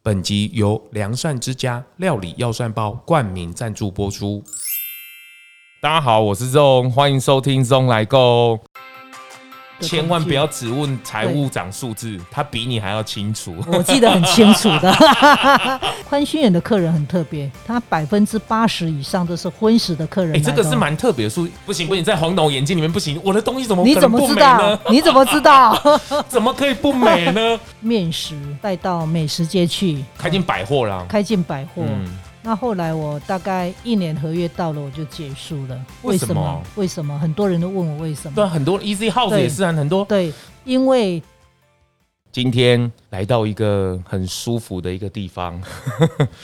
本集由良善之家料理药膳包冠名赞助播出。大家好，我是 Zong，欢迎收听 Zong 来购。千万不要只问财务长数字，他比你还要清楚。 哎我记得很清楚的。 宽心园的客人很特别，他百分之八十以上都是荤食的客人哎、来的这哦。个是蛮特别的数，不行不行，在红董眼睛里面不行，我的东西怎么你可怎能么不知美呢道？？ 你怎么知道？怎么可以不美呢？ 面食带到美食街去，开进百货啦。开进百货。嗯，那后来我大概一年合约到了，我就结束了。为什么么？为什么？很多人都问我为什对啊，么？很多 Easy House 对也是啊，很多。对，因为今天来到一个很舒服的一个地方，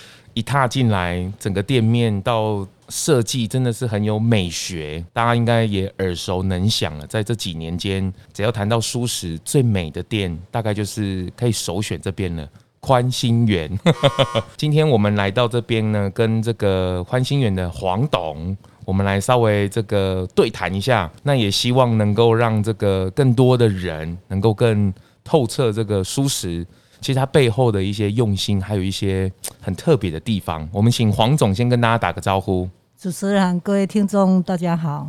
一踏进来，整个店面到设计真的是很有美学，大家应该也耳熟能详了。在这几年间，只要谈到舒适最美的店，大概就是可以首选这边了。宽心园， 今天我们来到这边呢，跟这个欢心园的黄董，我们来稍微这个对谈一下。那也希望能够让这个更多的人能够更透彻这个舒适，其实它背后的一些用心，还有一些嘖很特别的地方。我们请黄总先跟大家打个招呼。主持人、各位听众，大 家好。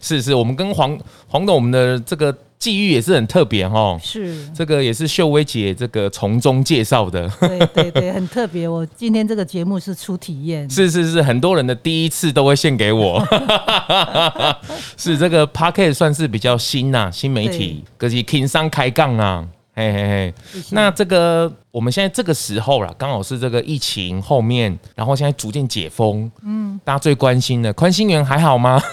是是，我们跟黄黄董，我们的这个际遇也是很特别哈。是，这个也是秀薇姐这个从中介绍的，对对对，很特别。我今天这个节目是初体验，是是是，很多人的第一次都会献给 我。是这个 p a c k e t 算是比较新呐、新媒体，可是 King 商开杠啊，嘿嘿嘿。那这个我们现在这个时候啦，刚好是这个疫情后面，然后现在逐渐解封，嗯，大家最关心的宽心园还好吗？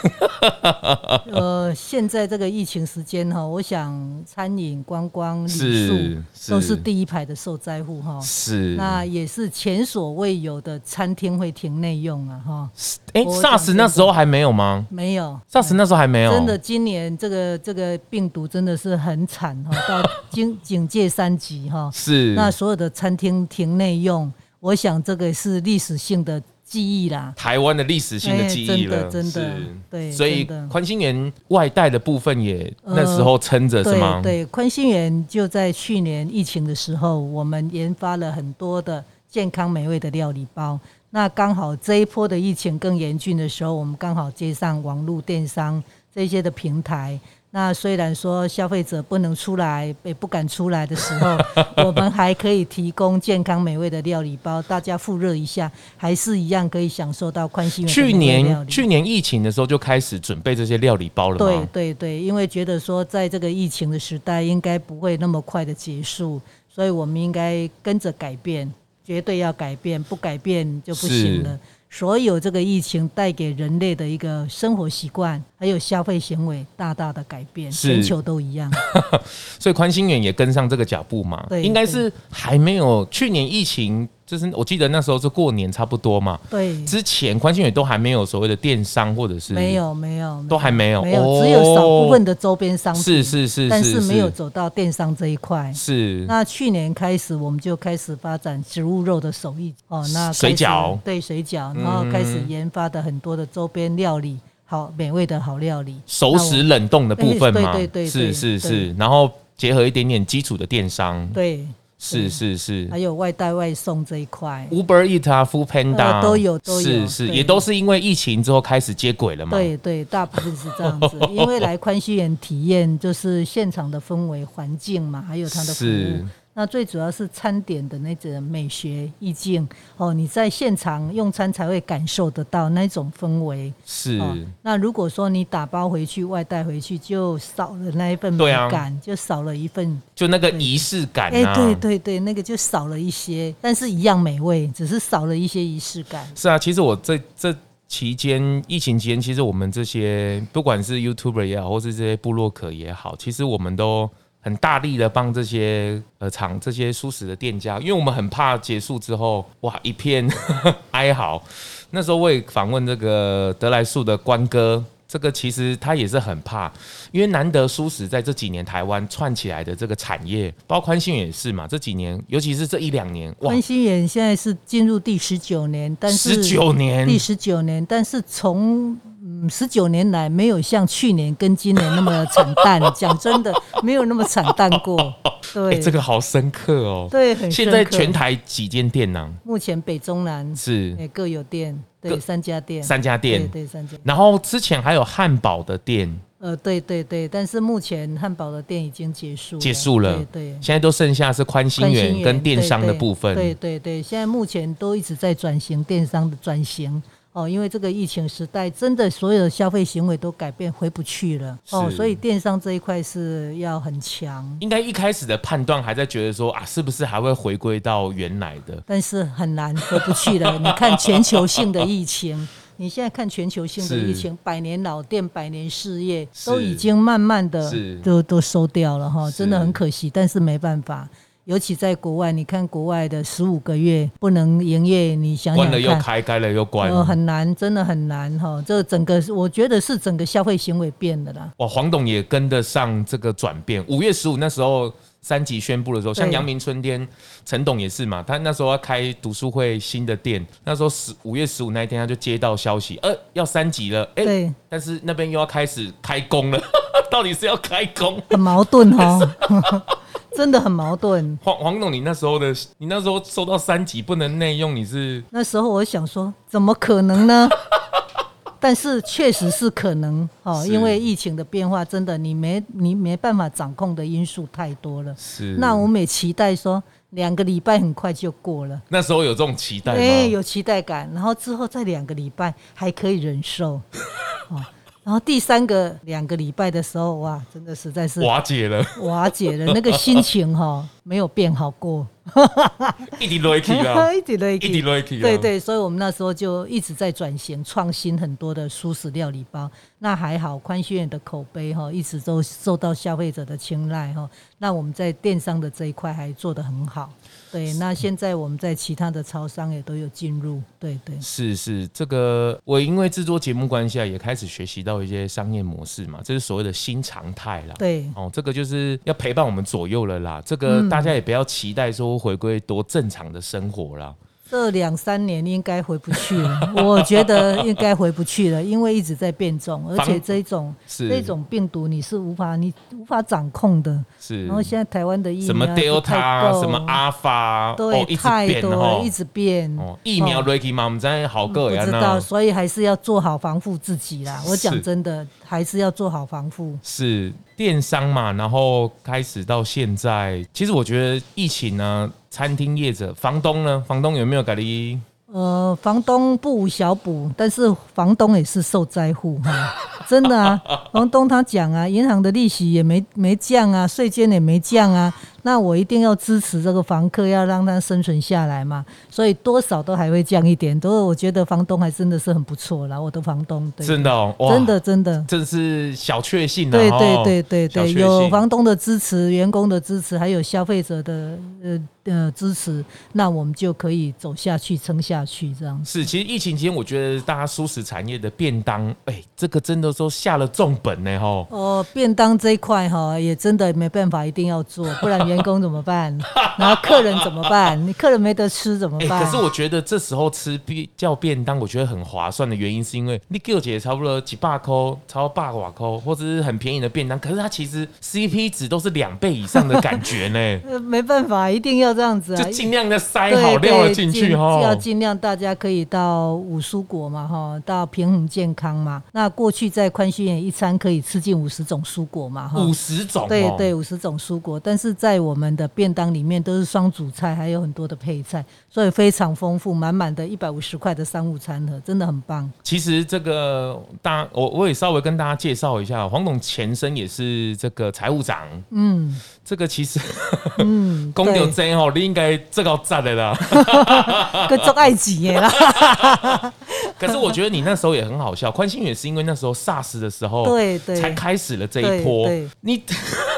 呃，现在这个疫情时间哈，我想餐饮、观光、旅是宿都嗯是是第一排的受灾户哈。是。那也是前所未有的餐厅会停内用啊哈，哎、我 s 讲 a r s 那时候还没有吗没有。 ？SARS 那时候还没有，哎真的，今年这个这个病毒真的是很惨 哈，到警警戒三级哈。是那所有的餐厅停内用，我想这个是历史性的记忆啦。台湾的历史性的记忆了，哎真的真的是对所以真的宽心园外带的部分也呃那时候撑着、是吗？对对，宽心园就在去年疫情的时候，我们研发了很多的健康美味的料理包。那刚好这一波的疫情更严峻的时候，我们刚好接上网络电商这些的平台。那虽然说消费者不能出来，也不敢出来的时候， 我们还可以提供健康美味的料理包，大家复热一下，还是一样可以享受到宽心园的去美味料年理去年疫情的时候就开始准备这些料理包了对吗？对对，因为觉得说，在这个疫情的时代，应该不会那么快的结束，所以我们应该跟着改变，绝对要改变，不改变就不行了。所有这个疫情带给人类的一个生活习惯，还有消费行为，大大的改变，是全球都一样。所以宽心园也跟上这个脚步嘛。对应该是还没有去年疫情，就是我记得那时候是过年差不多嘛。对，之前宽心园都还没有所谓的电商或者是 没，有没有都还没有，没有，只有少部分的的周边商品，是是是，但是没有走到电商这一块。是那去年开始，我们就开始发展植物肉的手艺哦，那开始水饺嗯对水饺，然后开始研发的很多的周边料理，好美味的好料理，熟食冷冻的部分嘛，哎对对对是对是对是，然后结合一点点基础的电商，对，是是是还有外带外送这一块， ，Uber Eat 啊，Food Panda 呃都有都有是是，对也都是因为疫情之后开始接轨了嘛，对对，大部分是这样 子，因为来宽西园体验就是现场的氛围、环境嘛，还有它的服是务。那最主要是餐点的那种美学意境哦，你在现场用餐才会感受得到那种氛围。是哦，那如果说你打包回去、外带回去，就少了那一份美对啊感，就少了一份。就那个仪式感哎、啊，对对对，那个就少了一些，但是一样美味，只是少了一些仪式感。是啊，其实我这这期间疫情期间，其实我们这些不管是 YouTuber 也好，或是这些部落客也好，其实我们都很大力的帮这些呃厂这些素食的店家，因为我们很怕结束之后哇一片 哀嚎。那时候我也访问这个德来素的关哥。这个其实他也是很怕，因为难得素食在这几年台湾串起来的这个产业，包括宽信也是嘛，这几年，尤其是这一两年，哇关，心园现在是进入第十九年，但是十九年，第十九年，但是从、嗯十九年来没有像去年跟今年那么惨 淡，讲真的没有那么惨淡过。对，哎，这个好深刻哦。对很现在深刻全台几间店呢？目前北中南是哎各有店，各对三家店，三家店对，对三家，然后之前还有汉堡的店呃对对对，但是目前汉堡的店已经结束结束了对，对。现在都剩下是宽心宽园跟电对商的对部分。对对对，现在目前都一直在转型电商的转型。哦，因为这个疫情时代，真的所有的消费行为都改变，回不去了。哦，是所以电商这一块是要很强，应该一开始的判断还在觉得说啊，是不是还会回归到原来的？但是很难回不 去了。你看全球性的疫情，你现在看全球性的是疫情，百年老店、百年事业是都已经慢慢的是都都收掉了哈，是真的很可惜，但是没办法。尤其在国外，你看国外的十五个月不能营业，你想想关了又看，开，开了又关。呃，很难，真的很难哈。这整个是我觉得是整个消费行为变了啦。哇，黄董也跟得上这个转变。五月十五那时候三级宣布的时候，像对阳明春天，陈董也是嘛，他那时候要开读书会新的店，那时候十五月十五那一天他就接到消息，呃，要三级了，哎、对但是那边又要开始开工了， 到底是要开工？很矛盾 哦，真的很矛盾。黄黄董，你那时候的，你那时候收到三级不能内用，你是那时候我想说，怎么可能呢？ 但是确实是可能哦，是因为疫情的变化，真的你没你没办法掌控的因素太多了。是那我们也期待说，两个礼拜很快就过了，那时候有这种期待吗？哎、有期待感，然后之后再两个礼拜还可以忍受， 哦，然后第三个两个礼拜的时候，哇，真的实在是瓦解了， 瓦解了，那个心情哈、没有变好过，，一滴 l u c k 啊 一直都一一滴 l u c k 啊，对对，所以我们那时候就一直在转型，创新很多的素食料理包。那还好，宽轩远的口碑哈，一直都受到消费者的青睐哈。那我们在电商的这一块还做得很好，对。那现在我们在其他的超商也都有进入，对对。是是，这个我因为制作节目关系啊，也开始学习到一些商业模式嘛，这是所谓的新常态啦。对哦，这个就是要陪伴我们左右了啦。这嗯个大家也不要期待说回归多正常的生活啦。这两三年应该回不去了， 我觉得应该回不去了，因为一直在变种，而防且这种是这种病毒你是无法你无法掌控的。是然，后现在台湾的疫苗什么也不太 Delta，啊够啊什么 Alpha，对，哦，一直太变多哦了，一直变。哦，疫苗哦 Ricky 嘛，我们在好不个呀知道，那。所以还是要做好防护自己啦。我是讲真的，还是要做好防护。是电商嘛，然后开始到现在，其实我觉得疫情呢，餐厅业者、房东呢，房东有没有给你呃，房东不无小补，但是房东也是受灾户哈， 真的啊。房东他讲啊，银行的利息也没没降啊，税金也没降啊，那我一定要支持这个房客，要让他生存下来嘛。所以多少都还会降一点。不过我觉得房东还真的是很不错啦，我的房东对，真的哦，哇真的真的。真是小确幸啊！对哦对对对小确对，幸有房东的支持、员工的支持，还有消费者的呃呃支持，那我们就可以走下去、撑下去这样子。是，其实疫情期间，我觉得大家素食产业的便当，哎、这个真的说下了重本呢，吼。哦，便当这一块哈，也真的没办法，一定要做，不然员工怎 么办？然后客人怎么办？你客人没得吃怎么哎、办？，可是我觉得这时候吃比叫便当，我觉得很划算的原因是因为你给我姐差不多几百块，超八瓦块，或者是很便宜的便当，可是它其实 CP 值都是两倍以上的感觉呢呃没办法，一定要这样子啊就。尽量的塞对好料了对进去要哈。尽量大家可以到五蔬果嘛哈，到平衡健康嘛。那过去在宽心园一餐可以吃进五十种蔬果嘛哈，五十种、哦，对对，，五十种蔬果，但是在我们的便当里面都是双主菜，还有很多的配菜，所以非常丰富，满满的一百五十块的商务餐盒，真的很 棒。其实这个大，我我也稍微跟大家介绍一下，黄董前身也是这个财务长，嗯这个其实嗯， 公牛对，真吼，你应该这个赞的啦。 跟做爱极耶啦，可是我觉得你那时候也很好笑，宽心远是因为那时候 SARS 的时候，对对才开始了这一波对对。你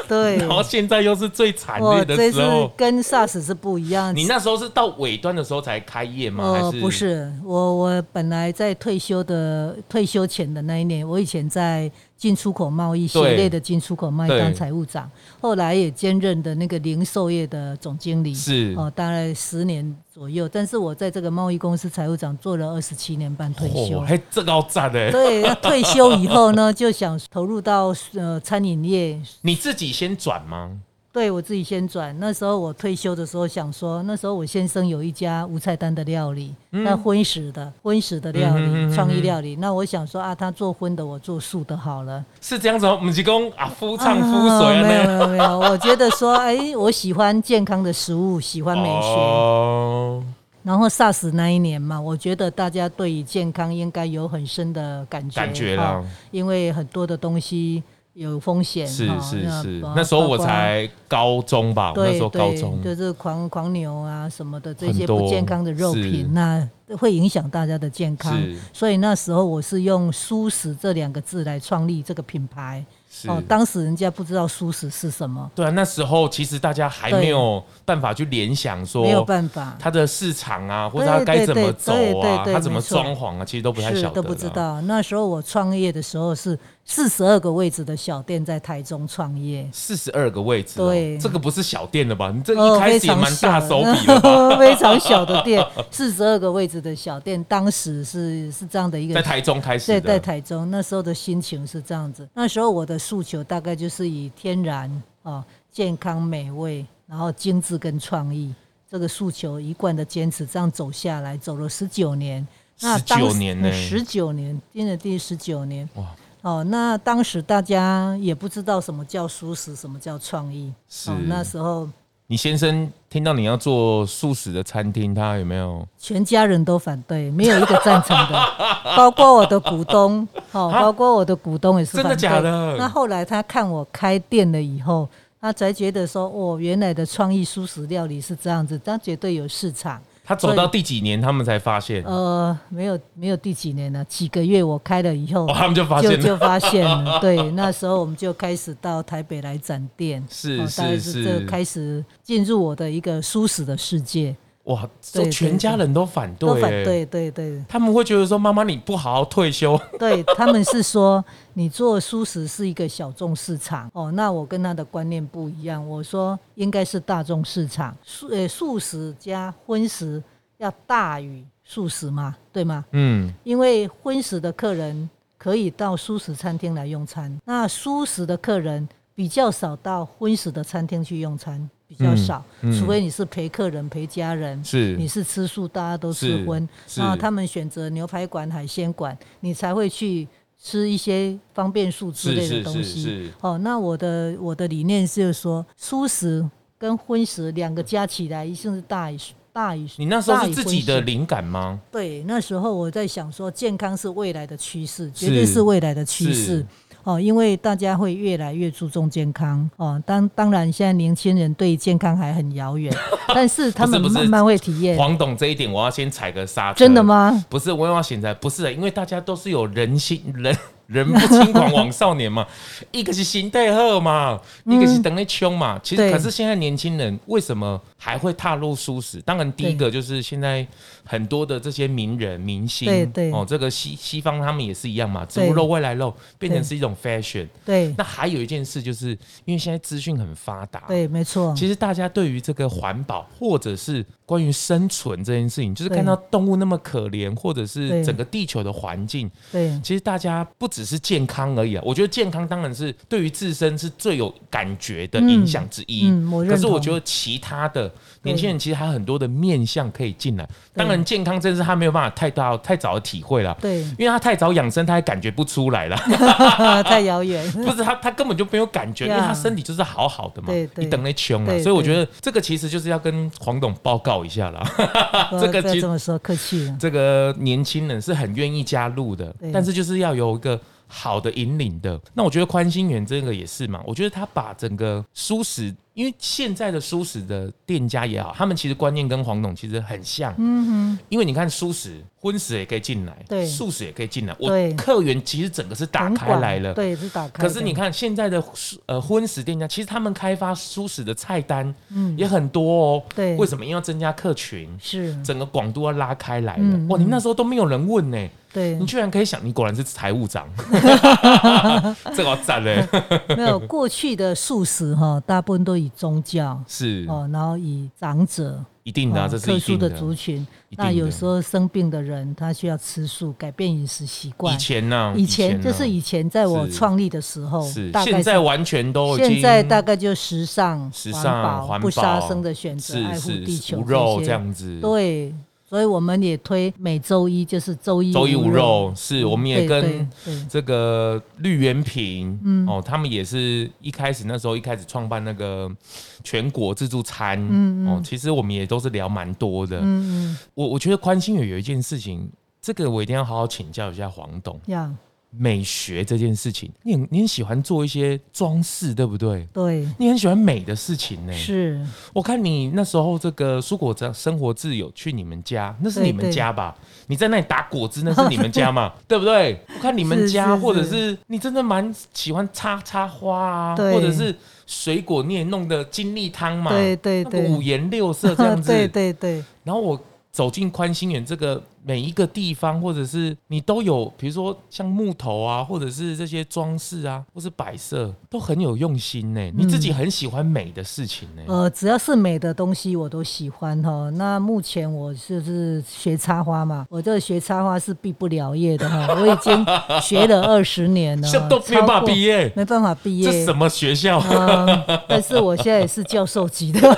对然，后现在又是最惨我烈的这时是候，跟 SARS 是不一样。你那时候是到尾端的时候才开业吗？还呃，是不？是，我我本来在退休的退休前的那一年，我以前在进出口贸易协对类的进出口贸易对当财务长，后来也兼任的那个零售业的总经理，是哦，大概十年左右。但是我在这个贸易公司财务长做了二十七年半退休哦，。嘿，这个好赞哎！对，那退休以后呢，就想投入到呃餐饮业，你自己先转吗？对我自己先转。那时候我退休的时候想说，那时候我先生有一家无菜单的料理，那荤食的荤食的料嗯嗯哼嗯理，哼创意料理。那我想说啊，他做荤的，我做素的好了。是这样子哦，我们是讲啊，夫唱夫随啊没有呢。没有没有，我觉得说，哎，我喜欢健康的食物，喜欢美学。哦，然后 SARS 那一年嘛，我觉得大家对于健康应该有很深的感觉，感觉啦哦，因为很多的东西有风险。是哦是是包，那时候我包括才高中吧，哦我那对时候高中对，，就是狂狂牛啊什么的这很些多不健康的肉是品，那会影响大家的健康是。所以那时候我是用“素食”这两个字来创立这个品牌。是哦，当时人家不知道素食是什么，对啊，那时候其实大家还没有办法去联想没有说办法。它的市场啊，或者对它该怎么对对走对啊对，对它怎么没错装潢啊，其实都不太是晓得，都不知。道。那时候我创业的时候是四十二个位置的小店在台中创业，四十二个位置、哦，对这个不是小店了吧？你这哦一开非始也常蛮小大的手笔 的吧？非常小的店，四十二个位置的小店，当时是是这样的一在个。台中开始对，在的，台中那时候的心情是这样子。那时候我的诉求大概就是以天然啊、哦健康、美味，然后精致跟创意这个诉求一贯的坚持，这样走下来，走了十九年。那嗯19年呢十九年，今年第十九年。哇哦，那当时大家也不知道什么叫舒适，什么叫创意。是哦、那时候你先生听到你要做素食的餐厅，他有没有？全家人都反对，没有一个赞成的， 包括我的股东，哦，包括我的股东也是啊真的反对假的那后来他看我开店了以后，他才觉得说，哦，原来的创意素食料理是这样子，他绝对有市场。他走到第几年，他们才发现？哦，呃，没有没有第几年了，几个月我开了以后，哦他们就发就现了。就发现了， 对，那时候我们就开始到台北来展店，哦是是大概是是这开始进入我的一个舒适的世界，哇，这对对全家人都反对、都反欸对，对对他们会觉得说：“妈妈，你不好好退休， 对，他们是说你做舒适是一个小众市场哦，那我跟他的观念不一样，我说应该是大众市场，素呃素食加荤食要大于素食嘛，对吗？嗯，因为荤食的客人可以到素食餐厅来用餐，那素食的客人比较少到荤食的餐厅去用餐，比较少，嗯嗯除非你是陪客人、陪家人。是你是吃素，大家都是吃荤，是那他们选择牛排馆、海鲜馆，你才会去吃一些方便素之类的东西。是是是是哦，那我的我的理念是说，素食跟荤食两个加起来一定是大于大于。你那时候大是于自荤己的食灵感吗？对，那时候我在想说，健康是未来的趋势，是绝对是未来的趋势是。哦，因为大家会越来越注重健康哦。当当然，现在年轻人对健康还很 遥远，但是他们不是不是慢慢会体验。黄董这一点，我要先踩个刹车。真的？吗？不是，我要显在不是的，因为大家都是有人心人。 人不轻狂枉少年 嘛，一个是心态好嘛，一个是等你穷嘛。其实，嗯对可是现在年轻人为什么还会踏入舒适？当然，第一对个就是现在很多的这些名人、明星，对对哦，这个西西方他们也是一样嘛，植对物肉、未来肉变成对是一种 fashion。对那还有一件事，就是因为现在资讯很发达，对，没错。其实大家对于这个环保，或者是关于生存这件事情，就是对看到动物那么可怜，或者是对整个地球的环境，对其实大家不只是健康而已啊。我觉得健康当然是对于自身是最有感觉的影响之一。嗯嗯我认可同是我觉得其他的年轻人其实还有很多的面向可以进来。对当然，健康真是他没有办法太大太早的体会了。 对，因为他太早养生，他还感觉不出来了。啊 太遥远。不是他，他根本就没有感觉，因为 Yeah 他身体就是好好的嘛对，对你等那穷嘛，对所以我觉得这个其实就是要跟黄董报告一下啦。 不这要个不要其实这么说，客气了。这个年轻人是很愿意加入的对，但是就是要有一个好的引领的。那我觉得宽心园这个也是嘛，我觉得他把整个舒适，因为现在的舒适的店家也好，他们其实观念跟黄董其实很像，嗯哼，因为你看素食、荤食也可以进来，对素食也可以进来，我对客源其实整个是打很开广来了，对，是打可开的。是你看现在的素呃荤食店家，其实他们开发素食的菜单嗯也很多哦。对为什么？因为要增加客群，是整个广度要拉开来了。嗯哇，你那时候都没有人问呢、对 你，居然可以想，你果然是财务 长， 这个我赞嘞，没有过去的素食哈，大部分都以宗教是哦，然后以长者一定的啊，哦这是特一殊定的的。族群。一定那有的时候生病的人，他需要吃素，改变饮食习惯以。前呢，以前这呢是以前，在我是创立的时候，是，大概现是在完全都哦已经现在大概就时尚、时环尚保、环不杀保生的选择，爱护是地是球无肉些这样子，对，所以我们也推每周一就是周一周一无肉肉，，是我们也对跟对嗯对这个绿原平，哦，他们也是一开始那时候一开始创办那个全国自助餐，哦，其实我们也都是聊蛮多的。嗯嗯我我觉得宽心远有一件事情，这个我一定要好好请教一下黄董，呀，美学这件事情，你很你很喜欢做一些装饰，对不对？对，你很喜欢美的事情呢、是我看你那时候这个蔬果生生活自有去你们家，那是对你们家吧？你在那里打果汁，那是你们家 嘛？对不对？我看你们是家，是或者是是你真的蛮喜欢插插花啊，对或者是水果你也弄的精力汤嘛，对对那个对五颜六色这样子。 哎对对对，然后我走进宽心园这个每一个地方，或者是你都有，比如说像木头啊，或者是这些装饰啊，或是摆设，都很有用心呢、你嗯自己很喜欢美的事情呢、呃，只要是美的东西我都喜欢哈。那目前我就是学插花嘛，我这个学插花是毕不了业的哈，我已经学了二十年 了现在哈，都没有办超法过毕业，没办法毕业这。什么学校？啊嗯，但是我现在也是教授级的，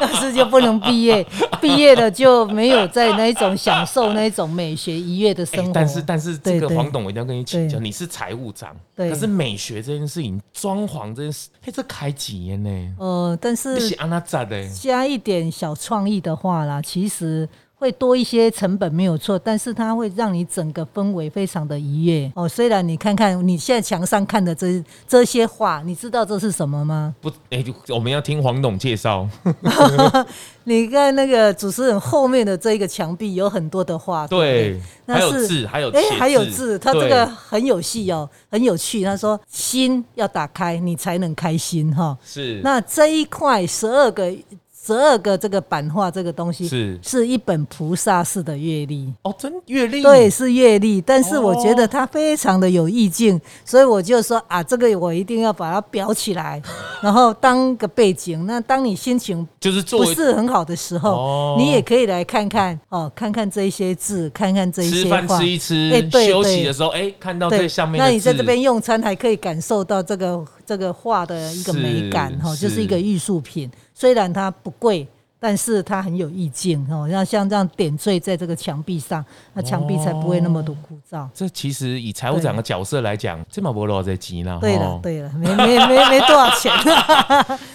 但是就不能毕 业，毕业了就没有在那一种享受那一种美学愉悦的哎生活。但是但是这个对对黄董，我一定要跟你请教，对你是财务长，对可是美学这件事情，装潢这件事，哎，这开几年呢？呃，但这是是安娜扎的，加一点小创意的话啦，其实。会多一些成本没有错，但是它会让你整个氛围非常的愉悦哦。虽然你看看你现在墙上看的这这些画，你知道这是什么吗？不，哎，就我们要听黄董介绍，你看那个主持人后面的这一个墙壁有很多的画，对不对对，那还有是字，还有哎、写还有字，他这对个很有戏哦，很有趣。他说心要打开，你才能开心哈。是那这一块十二个十二个这个版画这个东西是是一本菩萨式的阅历。哦，真阅历对，是阅历，但是我觉得哦它非常的有意境，所以我就说啊，这个我一定要把它裱起来，然后当个背景。那当你心情就是作不为是很好的时候，哦你也可以来看看哦，看看这一些字，看看这一些吃饭画吃一吃哎，对休息对的时候，哎，看到这对，上面的那你在字这边用餐还可以感受到这个这个画的一个美感是哈、哦，就是是一个艺术品。虽然它不贵，但是它很有意境哦。要像这样点缀在这个墙壁上，那墙壁才不会那么多枯燥。这其实以财务长的角色来讲，这嘛不落在急啦，对吼了，对了，没没没没多少钱，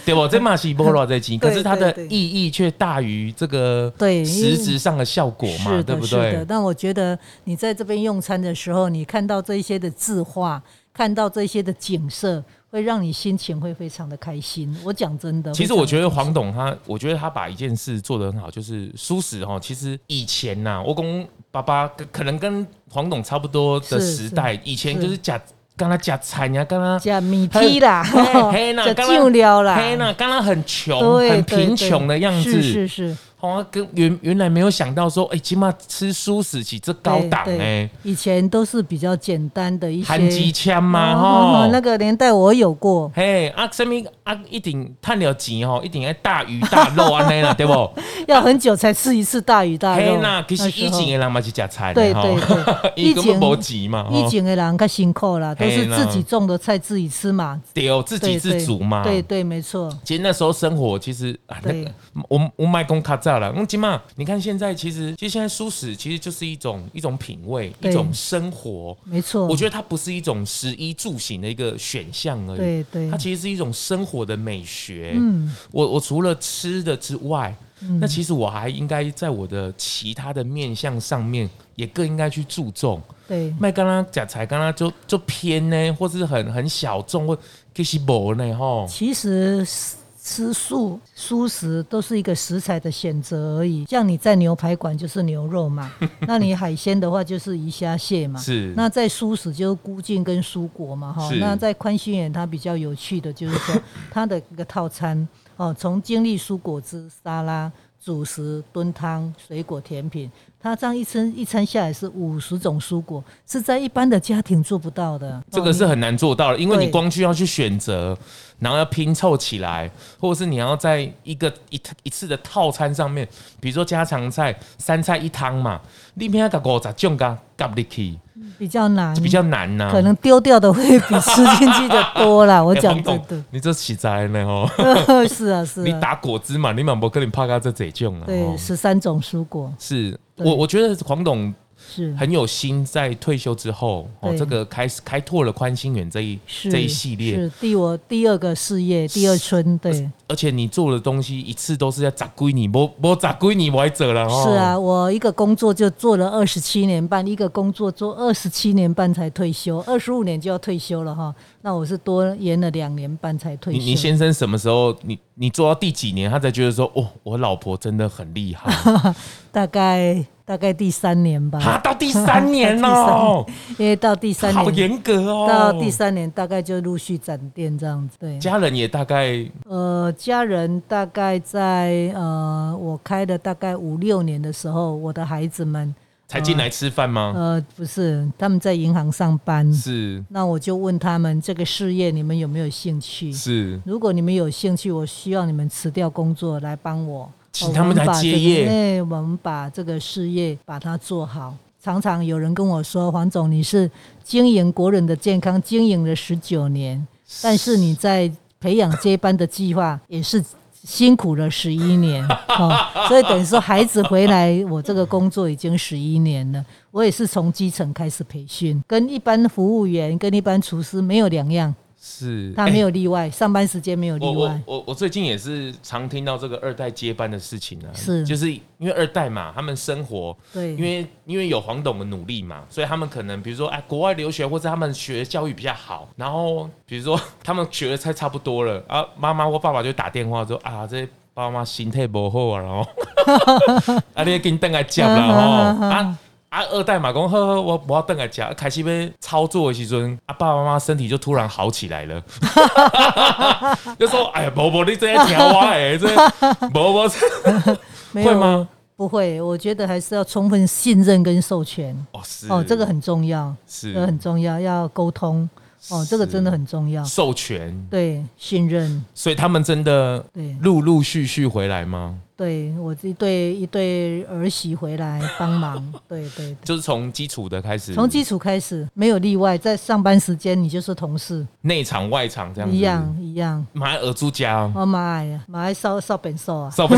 对吧？这嘛是波罗在金，对可是它的对对意义却大于这个对因为实质上的效果嘛，对是的，不是的对。？但我觉得你在这边用餐的时候，你看到这一些的字画，看到这些的景色，会让你心情会非常的开心。我讲真的，其实会我这样觉得黄董他，我觉得他把一件事做得很好，就是舒适哈。其实以前呐、我公爸爸可可能跟黄董差不多的是时代，以前就是是假跟他假餐呀，跟他加米批啦， 嘿啦加酱料啦，嘿呐，刚刚很穷、对，很对贫穷的样对子，是是是，好像跟原原来没有想到说，哎，起码吃舒适起这高对档对哎，以前都是比较简单的一些含鸡枪嘛哦哈，那个年代我有过，嘿，啊，什么啊，一定赚了钱吼，一定要大鱼大肉安 尼啦，对不？要很久才吃一次大鱼大嘿肉。啦，其实时以候前的人嘛是吃菜对的对 吼，，对伊根本无钱嘛，以吼，前的人较辛苦啦，都是嘿啦自己种的菜自己吃嘛，对哦，自给对自足嘛。对对对，没错，其实那时候生活其实啊，那对个我我卖公卡炸了，我起码你看现在其实，其实现在舒适其实就是一种一种品味，对一种生活。没错。我得觉得它不是一种食衣住行的一个选项而已，对对它其实是一种生活的美学。嗯，我我除了吃的之外，那其实我还应该在我的其他的面向上面也更应该去注重。对，麦刚刚讲才刚刚就就偏呢，或是很很小众，或其实无呢吼。其实吃吃素、素食都是一个食材的选择而已。像你在牛排馆就是牛 肉嘛，那你海鲜的话就是鱼虾蟹嘛。是那在素食就是菇茎跟蔬果嘛，哈。是那在宽心园它比较有趣的就是说，它的一个套餐哦，从精力蔬果汁、沙拉、主食、炖汤、水果甜品，它这样一餐一餐下来是五十种蔬果，是在一般的家庭做不到的。哦这个是很难做到的，因为对你光去要去选择，然后要拼凑起来，或者是你要在一个一一次的套餐上面，比如说家常菜三菜一汤嘛，你偏要搞五十种噶夹入去，比较难，比较难呐、嗯可能丢掉的会比吃进去的多 啦。我哎讲黄真董你这起灾呢哦，的， 是啊是你啊，打果汁嘛，你满不跟你怕噶这这种啊，对，哦十三种蔬果是对我我觉得黄董是很有心，在退休之后哦，对这个开始开拓了宽心园这一是这一系列，是第我第二个事业，第二春，对。而且你做的东西一次都是要砸归你，我我砸归你我还走了哦。是啊，，我一个工作就做了二十七年半，一个工作做二十七年半才退休，二十五年就要退休了哈。那我是多延了两年半才退你休。你先生什么时候你你做到第几年，他才觉得说哦，我老婆真的很厉 害大概大概第三年啊，吧，到第三年哦，因为到第三好年严格哦，到第三年大概就陆续展店这样子。对，家人也大概呃，家人大概在呃我开了大概五六年的时候，我的孩子们才进来吃饭吗？呃不是他们在银行上班。哦是那我就问他们这个事业你们有没有兴趣？是，如果你们有兴趣，我需要你们辞掉工作来帮我，请他们来接我们把这个业，对，我们把这个事业把它做好。常常有人跟我说：“黄总，你是经营国人的健康，经营了十九年，但是你在培养接班的计划也是辛苦了十 一年、哦，所以等于说孩子回来，我这个工作已经十一年了。我也是从基层开始培训，跟一般服务员、跟一般厨师没有两样，是他没有例外，上班时间没有哎我例我外。我我最近也是常听到这个二代接班的事情啊，是就是因为二代嘛，他们生活对，因为因为有黄董的努力嘛，所以他们可能比如说哎，国外留学或者他们学教育比较好，然后比如说 他们学的差差不多了啊，妈妈或爸爸就打电话说啊，这爸妈心态不好啊，然后啊，你给你等来接嗯啦哦啊。啊，二代嘛，讲呵呵，我我要等来吃，开始被操作的时阵，啊，爸爸妈妈身体就突然好起来了， 就说，哎呀，伯伯，你这样听我哎，这伯伯没会有吗？不会，我觉得还是要充分信任跟授权。哦，是哦，这个很重要，是这个很哦重要，要沟通。哦，这个真的很重要。授权，对，信任。所以他们真的对陆陆续续回来吗？对我一对一对儿媳回来 帮忙。对对对，就是从基础的开始，从基础开始，没有例外，在上班时间你就是同事，内场外场这样子一样。一样。买尔猪家哦，我妈呀，马来烧烧本寿啊，少 不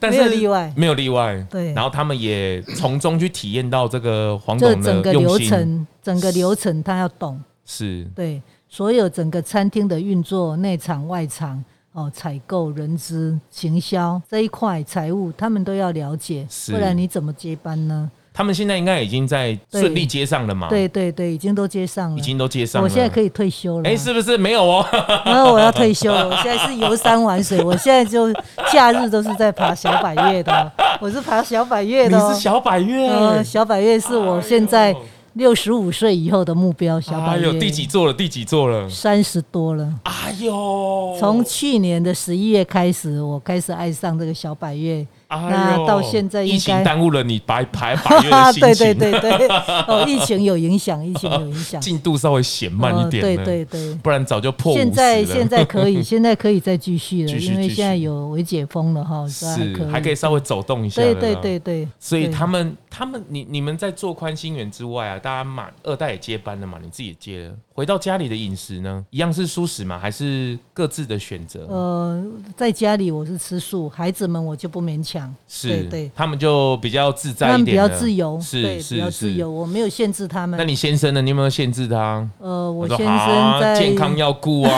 但是没有例外没有例外。对然后他们也从中去体验到这个黄这董整的个用流心，程，整个流程他要懂。是对，所有整个餐厅的运作，内场、外场，哦，采购、人资、行销这一块，财务他们都要了解，是不然你怎么接班呢？他们现在应该已经在对顺利接上了嘛？，对对对，已经都接上了，啊已经都接上了。我现在可以退休了。哎，是不是没有哦？然后我要退休了，我现在是游山玩水，我现在就假日都是在爬小百岳的哦，我是爬小百岳你的、哦。是小百哎月，呃，小百岳是我现在六十五岁以后的目标。小哎百呦，岳第几座了？第几座了？三十多了。哎呦，从去年的十一月开始，我开始爱上这个小百月。哎呦那啊到现在应该疫情耽误了你白排百月的心 对情，对对对，哦，疫情有影响，疫情有影响，进度稍微减慢一点、哦对了，对对。不然早就破五十现了。在现在 可以，现在可以再继续了，继续因为继续现在有微解封了哈，所以还是可以，还可以稍微走动一下，对对。对对，所以对他们他们你你们在做宽心园之外啊，大家满二代也接班了嘛，你自己也接了，回到家里的饮食呢，一样是素食吗？还是各自的选择？呃，在家里我是吃素，孩子们我就不勉强，是，对对，他们就比较自在他一们比点较了，自由，对，是比较是自是由，。我没有限制他那们。你先生呢？你有没有限制他？呃，我说先啊生在健康要顾啊，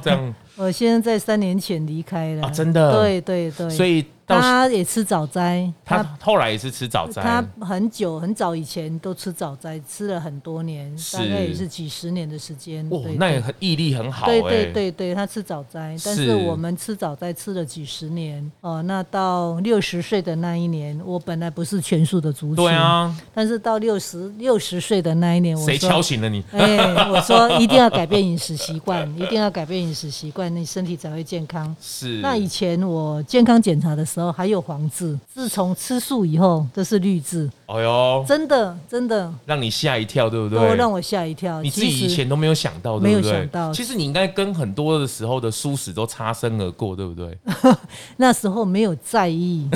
啊 这样我先生在三年前离开了，啊真的对对对，所以到他也吃早斋，他他后来也是吃早餐，他很久很早以前都吃早斋，吃了很多年，是大概也是几十年的时间。哇对，那也很毅力很好哎、对对对对，他吃早斋，但是是我们吃早斋吃了几十年哦。那到六十岁的那一年，我本来不是全素的族群，对，啊，但是到六十六十岁的那一年，我谁敲说。醒了你？ 哎、我说一定要改变饮食习惯，一定要改变饮食习惯，你身体才会健康。是那以前我健康检查的时候还有黄字，自从吃素以后，这是绿字，哎呦，真的真的让你吓一跳，对不都对？让我吓一跳。你自己其以实前都没有想到，没对有不对？想到其实你应该跟很多的时候的舒适都擦身而过，对不对？那时候没有 在意，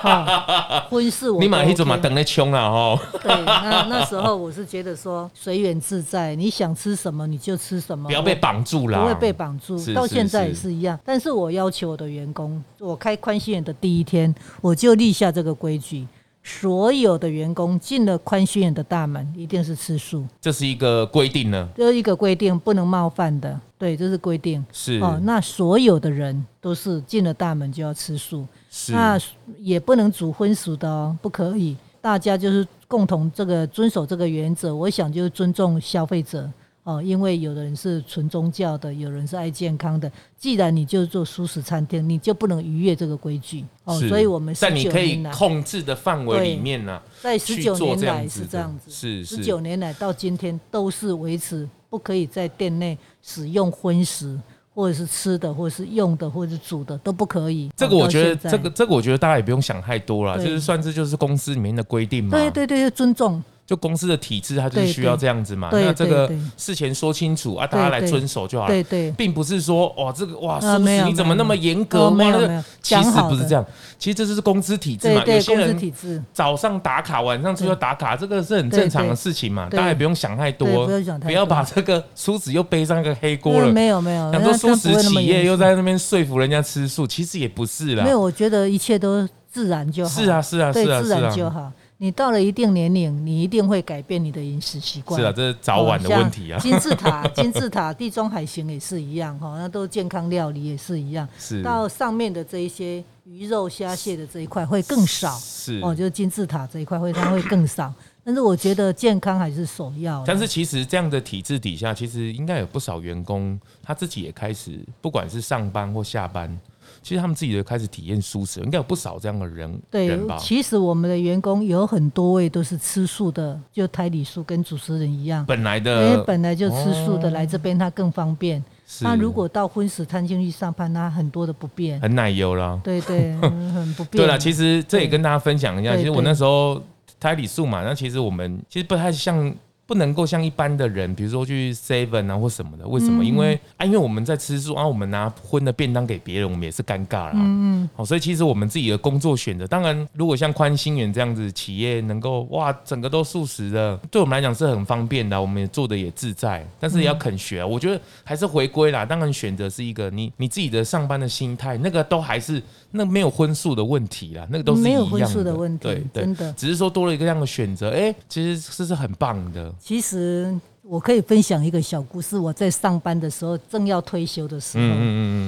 哈婚事我哦你买一种种嘛，等来冲啊了哈。对，那那时候我是觉得说随缘自在，你想吃什么你就吃什么，不要被绑住啦，不会被绑住是，到是现在也是是一样。但是我要求我的员工，我开宽心园的第一天，我就立下这个规矩：所有的员工进了宽心园的大门，一定是吃素，这是一个规定啊呢。这是一个规定，不能冒犯的。对，这是规定。是、哦，那所有的人都是进了大门就要吃素，是，那也不能煮荤熟的哦，不可以。大家就是共同这个遵守这个原则，我想就是尊重消费者哦，因为有的人是纯宗教的，有人是爱健康的。既然你就做素食餐厅，你就不能逾越这个规矩哦。是所以我们十在你九可以年来，控制的范围里面呢、在十去九做年这样来子是的，这样子，是十是九年来到今天都是维持不可以在店内使用荤食，或者是吃的，或者是用的，或者是煮的都不可以。这个我觉哦到得，现在这个这个我觉得大家也不用想太多了，对就是算是就是公司里面的规定嘛。对对对，尊重。就公司的体制，它就是对需要对这样子嘛。对那这对个对事前说清楚啊，大家对来对遵守就好了对。对，并不是说哇，这个哇，啊苏没轼有你怎么那么严格？哇哦没有那个没有其讲实好不是的这样，其实这就是公司体制对嘛。有对，些公司人体制，早上打卡，晚上出要打卡，这个是很正常的事情嘛，对对大家也不用想太多，对不要想太多不要把这个苏子又背上一个黑锅了嗯。没有没有，想说那他苏不子会那么企业严又肃在那边说服人家吃素，其实也不是啦没。有，我觉得一切都自然就好，是啊，，是啊，对是，啊，自是然就啊，好。你到了一定年龄，你一定会改变你的饮食习惯。是啊，这是早晚的问题啊哦像。金字塔、金字塔、地中海型也是一样哈，那都是健康料理也是一样。是到上面的这一些鱼肉、虾蟹的这一块会更少是哦，就是金字塔这一块会它会 更少。但是我觉得健康还是首要啦。但是其实这样的体制底下，其实应该有不少员工他自己也开始，不管是上班或下班，其实他们自己也开始体验舒适，应该有不少这样的人对人吧，？其实我们的员工有很多位都是吃素的，就胎里素跟主持人一样，本来因为的本来就吃素的来这边他更方便。哦是那如果到荤食餐厅去上班，那很多的不便。很奶油啦，对对， 嗯很不便。哎对了，其实这也跟大家分享一下，对其实我对那时候胎里素嘛，那其实我们其实不太像。不能够像一般的人，比如说去 Seven 啊或什么的，为什嗯么？因为啊，因为我们在吃素啊，我们拿荤的便当给别人，我们也是尴尬啦。嗯嗯。好，所以其实我们自己的工作选择，当然如果像宽心园这样子企业能够哇，整个都素食的，对我们来讲是很方便的啊，我们也做的也自在，但嗯是也要肯学啊。我觉得还是回归啦，当然选择是一个你你自己的上班的心态，那个都还是那没有荤素的问题啦，那个都是没有一荤样素的的问题对对真的只是说多了一个这样的选择，哎、其实这是很棒的。其实我可以分享一个小故事，我在上班的时候，正要退休的时候，嗯嗯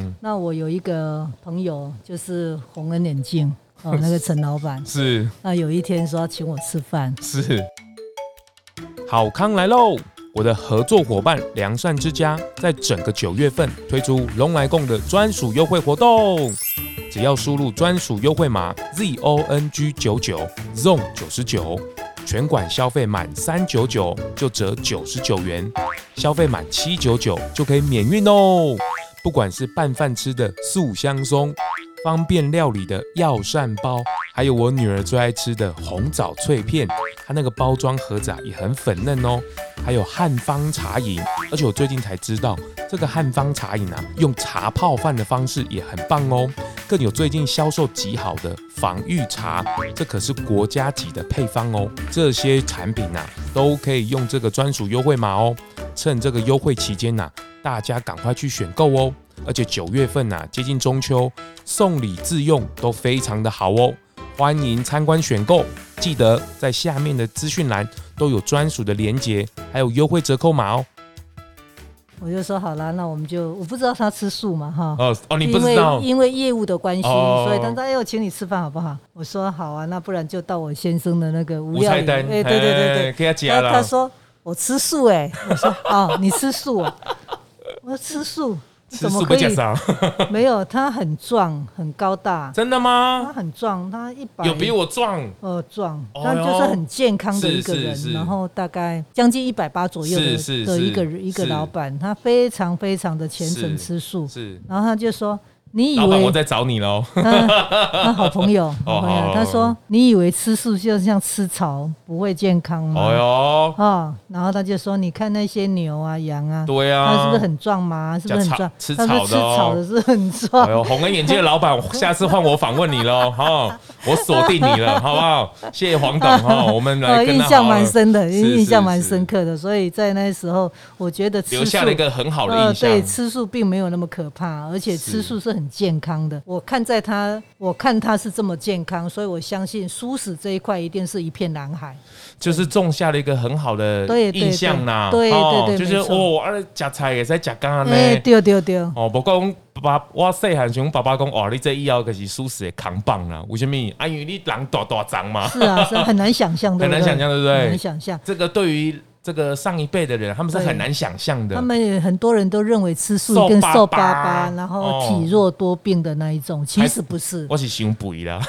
嗯，，那我有一个朋友就是红恩眼镜哦，那个陈老板是那有一天说要请我吃饭，是。好康来喽！我的合作伙伴良善之家在整个九月份推出龙来共的专属优惠活动，只要输入专属优惠码 Z O N G 九九 Zone 九十九，全馆消费满三九九就折九十九元，消费满七九九就可以免运哦。不管是拌饭吃的素香松，方便料理的药膳包，还有我女儿最爱吃的红枣脆片，它那个包装盒子啊也很粉嫩哦。还有汉方茶饮，而且我最近才知道，这个汉方茶饮啊，用茶泡饭的方式也很棒哦。更有最近销售极好的防御茶，这可是国家级的配方哦。这些产品啊，都可以用这个专属优惠码哦。趁这个优惠期间呐、啊大家赶快去选购哦。而且九月份呐、啊接近中秋，送礼自用都非常的好哦。欢迎参观选购，记得在下面的资讯栏都有专属的连结，还有优惠折扣码哦。我就说好啦，那我们就我不知道他吃素嘛哈。哦哦，你不因知为道因为业务的关系，哦所以他说：“哎呦，请你吃饭好不好？”我说：“好啊，那不然就到我先生的那个无无料菜理。”单，哎，对对对对哎，给他加他他了。说我吃素哎、我说 哦，你吃素啊？我说吃素，吃怎么素可不加以？啥？没有，他很壮，很高大， 真的他吗？很壮，他一百有比我壮？呃壮，哦他就是很健康的一个是人，是是然后大概将近一百八左右的是是的是一个人一个是老板，他非常非常的虔诚是吃素，是然后他就说。你以老板，我哦为在找你喽。 他好 朋友，好朋好好友，好他说你以为吃素就像吃草不会健康吗？哎呦，哦，然后他就说，你看那些牛啊、羊啊，对啊，它是不是很壮嘛？是不是很壮？吃他草说吃吃草的哦草的是很哎 壮。呦，红恩眼镜的老板，下次换我访问你喽，哈、我锁定你了，好不好？谢谢黄董 哈、我们来呃，跟印他象好好蛮深的，哦是印象蛮是深刻的，所以在那时候，我觉得吃留下素了一个很好的呃，印象。对，吃素并没有那么可怕，而且吃素是很健康的。我看在他，我看他是这么健康，所以我相信素食这一块一定是一片蓝海。就是种下了一个很好的对对印象呐。对对哦对对就是没错哦，啊，夹菜也在夹干呢。哎、对对对，哦，不过爸爸，我细汉时候爸爸讲，哦，你这以后可是素食的扛棒啦。为什么？啊，因为你人大大长嘛。是啊，是 啊很难想象，对很难不对？想象对不对很难想象。这个对于这个上一辈的人，他们是对很难想象的他。们也很多人都认为吃素瘦跟巴瘦巴巴巴，然后哦体弱多病的那一种，其还实不是。我是哦想肥啦，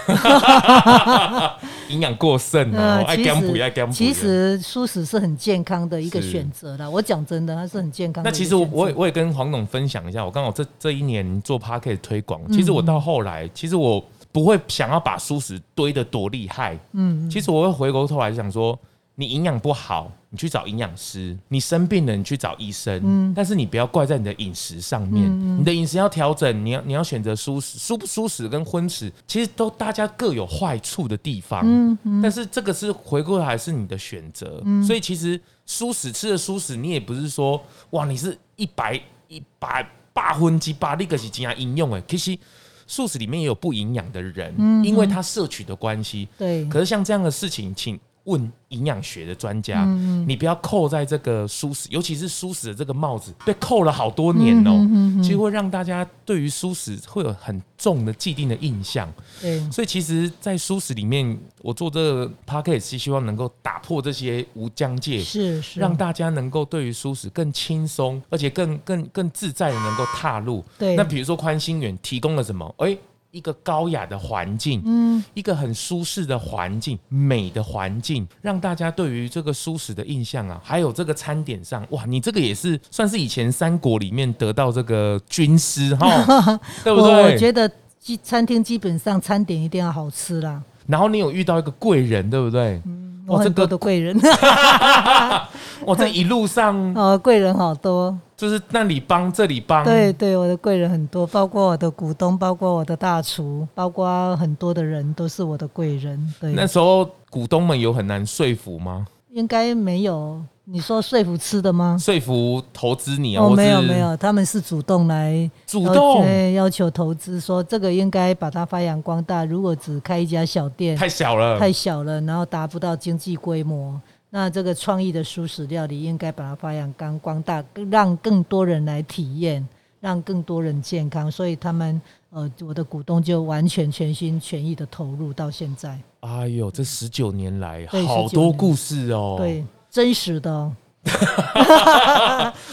营养过剩啊，爱呃其减肥爱实减肥。其实素食是很健康的一个是选择啦。我讲真的，它是很健康的那一个其选实择。我我也我也跟黄董分享一下，我刚好这这一年做 p a r k e t 推广，其实我到后来，其实我不会想要把素食堆得多厉害，嗯，其实我会回过头来想说，你营养不好，你去找营养师；你生病了，你去找医生，嗯，但是你不要怪在你的饮食上面，你的饮食要调整，你要你要选择素食、素不素食跟荤食，其实都大家各有坏处的地方，嗯，但是这个是回过来是你的选择，所以其实素食吃的素食，你也不是说哇，你是一百一百八分之八，那个是怎样应用哎，其实素食里面也有不营养的人，因为他摄取的关系。对可是像这样的事情，请问营养学的专家，你不要扣在这个素食，尤其是素食的这个帽子被扣了好多年哦、其实会让大家对于素食会有很重的既定的印象。对所以其实，在素食里面，我做这个 p a c k a g e 是希望能够打破这些无疆界，是是让大家能够对于舒适更轻松，而且更更更自在的能够踏入。对那比如说宽心园提供了什么？诶，一个高雅的环境，嗯，一个很舒适的环境，美的环境，让大家对于这个舒适的印象啊，还有这个餐点上，哇，你这个也是算是以前三国里面得到这个军师 哈，对不我对？我觉得基餐厅基本上餐点一定要好吃啦，然后你有遇到一个贵人，对不对？我哦哇，这很多个的贵人， 哇，哦这一路上哦，贵人好多，就是那里帮这里帮，对对，我的贵人很多，包括我的股东，包括我的大厨，包括很多的人都是我的贵人，对，那时候股东们有很难说服吗？应该没有你说说服吃的吗？说服投资你啊？哦，或没有是没有，他们是主动来主动对要求投资，说这个应该把它发扬光大。如果只开一家小店，太小了，太小了，然后达不到经济规模。那这个创意的素食料理应该把它发扬光光大，更让更多人来体验，让更多人健康。所以他们呃，我的股东就完全全心全意的投入到现在，哎呦，这十九年来对好19多年故事哦。，对，真实的、哦。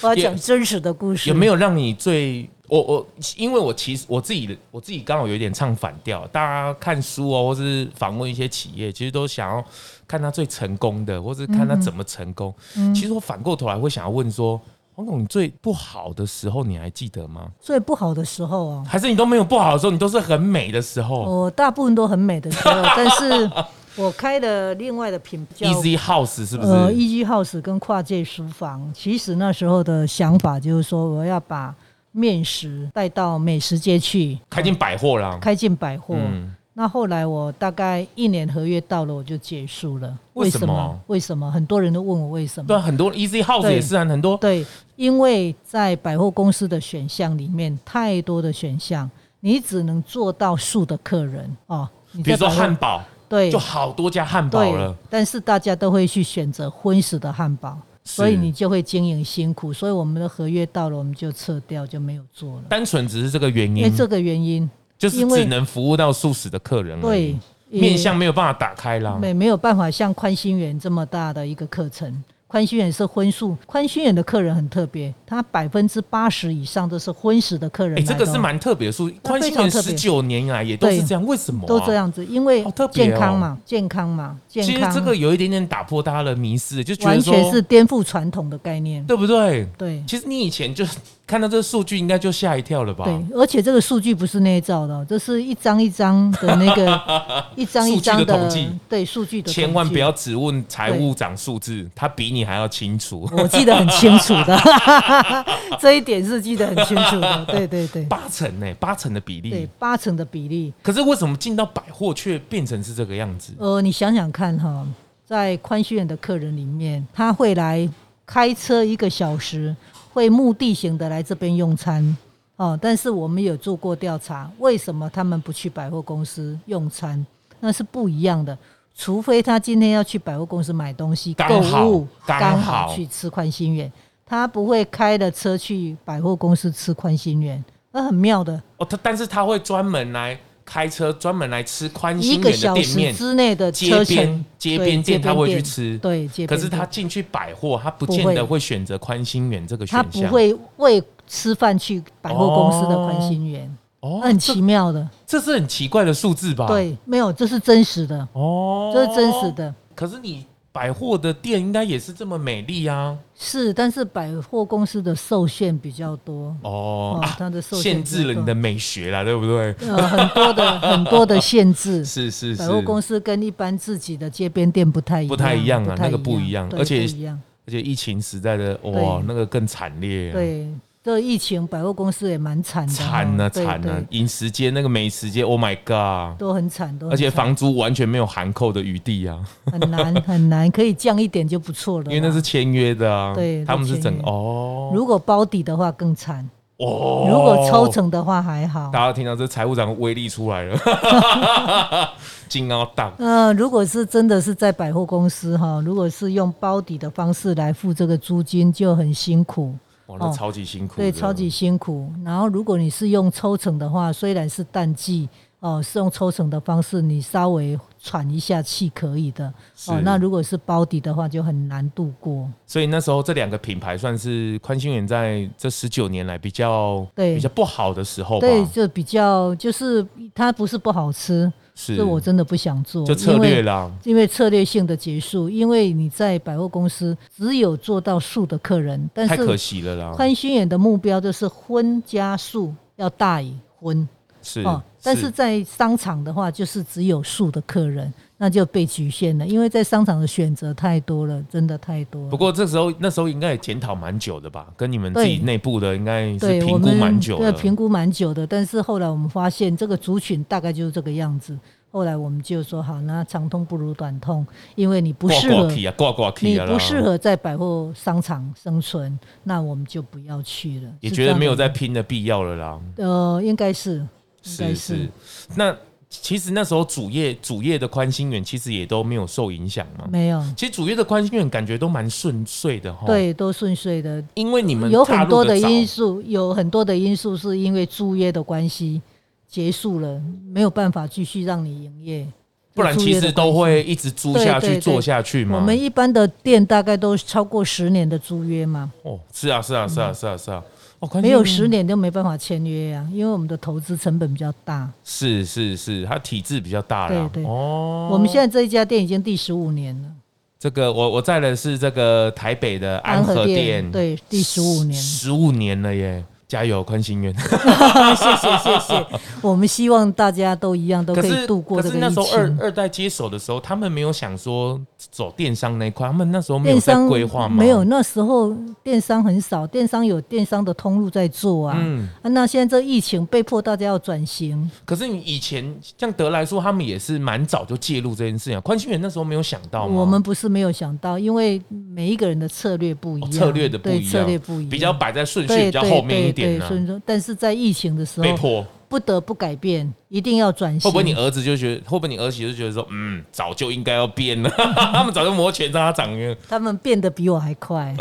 我要讲真实的故事，有没有让你最我我因为我其实我自己我自己刚好有一点唱反调，大家看书哦，或是访问一些企业，其实都想要看他最成功的，或是嗯看他怎么成功。其实我反过头来会想要问说，黄总，你最不好的时候你还记得吗？最不好的时候哦？还是你都没有不好的时候，你都是很美的时候、我大部分都很美的 时候，但是我开了另外的品牌 e 叫 a s y House 是不是？呃，E G House 跟跨界书房，其实那时候的想法就是说，我要把面食带到美食街去，开进百货啦。开进百货。嗯，那后来我大概一年合约到了，我就结束了。为什什么么？为什么？很多人都问我为什对啊，么？很多 Easy House 对也是啊，很多对，因为在百货公司的选项里面，太多的选项，你只能做到数的客人哦。你比在如说百货汉堡，对就好多家汉堡对了。，但是大家都会去选择荤食的汉堡，所以是你就会经营辛苦。所以我们的合约到了，我们就撤掉，就没有做了，单纯只是这个原因为因，这个原因。就是因为只能服务到素食的客人而已对，也面向没有办法打开啦。没没有办法像宽心园这么大的一个课程，宽心园是荤素，宽心园的客人很特别，他百分之八十以上都是荤食的客人哎，来这的哦、个是蛮特别的数，那宽非心常园特十别九年来也都是对这样，为什么啊都这？样子，因为好特别哦健康嘛，健康嘛，健其实康，这个有一点点打破大家的迷思，就觉完得全是说，颠覆传统的概念。对不对？对其实你以前就看到这个数据，应该就吓一跳了吧？对，而且这个数据不是捏造的哦，这是一张一张的那 个一张一张数据的统计对数据的，千万不。要只问财务长数字，他比你还要清楚。我记得很清楚 的，这一点是记得很清楚的。对对对八成呢、八成的比对例。，八成的比例。可是为什么进到百货却变成是这个样子？呃，你想想看哈、在宽心园的客人里面，他会来开车一个小时，会目的型的来这边用餐。哦，但是我们有做过调查，为什么他们不去百货公司用餐？那是不一样的，除非他今天要去百货公司买东西、刚购好物，刚刚好好去吃宽心园，他不会开了车去百货公司吃宽心园，那很妙的。哦，他但是他会专门来开车，专门来吃宽一心个园的小店时面，之内的街车边程，街对边店他会去店吃。对，街边可是他店进去百货，他不不见会得会选择宽心园这个选他项。不会为吃饭去百货公司的宽心园，哦，那很奇妙的。这是很奇怪的数字吧？，对，没有，这是真实的，哦，这是真实。的。可是你百货的店应该也是这么美丽啊？是，但是百货公司的受限比较多，哦哦，啊它的受限限制了你的美学啦，对不对？呃，很多的很多的限制。 是是是百，货公司跟一般自己的街边店不太一样，不太一样啊那个不不一样对而且不一样。而且疫情时代的哇对，那个更惨烈、啊。。对，这疫情百货公司也蛮惨的哦， 惨啊对惨啊对！饮食街那个美食街，Oh my god！都很惨，都很而且惨房租完全没有含扣的余地啊，很难 很难，可以降一点就不错了啦。因为那是签约的啊。对他们是整都签约哦如果包底的话更惨，哦，如果抽成的话还好。大家听到这财务长的威力出来了， 金腰大呃，如果是真的是在百货公司哈，如果是用包底的方式来付这个租金，就很辛苦，哇，那哦超级辛苦的，对，超级辛苦。然后如果你是用抽成的话，虽然是淡季哦，是用抽成的方式，你稍微喘一下气可以的哦是。那如果是包底的话，就很难度过。所以那时候这两个品牌算是宽心园在这十九年来比较对比较不好的时候吧，对，就比较就是它不是不好吃，是是我真的不想做，就策因为略啦，因为策略性的结束，因为你在百货公司只有做到素的客人，但太可是惜了啦，宽心园的目标就是荤加素要大于荤是哦，但是在商场的话，就是只有素的客人，那就被局限了，因为在商场的选择太多了，真的太多了。不过这时候那时候应该也检讨蛮久的吧，跟你们自己对内部的应该是对评我估们蛮久对的，评估蛮久的，但是后来我们发现这个族群大概就是这个样子。后来我们就说好，那长痛不如短痛，因为你不挂适合挂，起啊，挂挂起你啊啦，不适合在百货商场生存，那我们就不要去了。也是觉这得样没有的在拼的必要了啦，呃，应该是应该是是，那。其实那时候主业主业的宽心园其实也都没有受影响嘛。没有，其实主业的宽心园感觉都蛮顺遂的哈。，对，都顺遂的。因为你们有踏很入多得的早因素，有很多的因素是因为租约的关系结束了，没有办法继续让你营业。不然租其约的实都关系会一直租下对去、对对做下去嘛。我们一般的店大概都超过十年的租约嘛，哦，是啊，是啊，是啊，是啊，是啊。哦，关键没有十年就没办法签约啊，因为我们的投资成本比较大。是是是，它体制比较大了。对对哦，我们现在这一家店已经第十五年 了，这个我我在的是这个台北的安和店，对，第十五年，十五年了耶，加油，宽心园。哎谢谢谢谢。我们希望大家都一 样，都可可是以度过可这是个那疫时候二情。二代接手的时候，他们没有想说走电商那一块，他们那时候没有电在商规划吗？没有，，那时候电商很少，电商有电商的通路在做啊。嗯。啊那现在这疫情被迫大家要转型，可是你以前像德来说，他们也是蛮早就介入这件事情啊。宽心园那时候没有想到吗？哦我们不是没有想到，因为每一个人的策略不一样，哦策略的不一对样策略不一样，比较摆在顺序对比较后面一点呢、对哦对对所以说但是在疫情的时被候，迫不得不改变，一定要转型。会不会你儿子就觉得，会不会你儿媳就觉得说，嗯，早就应该要变 了， 他们早就摩拳擦掌了。他们变得比我还 快，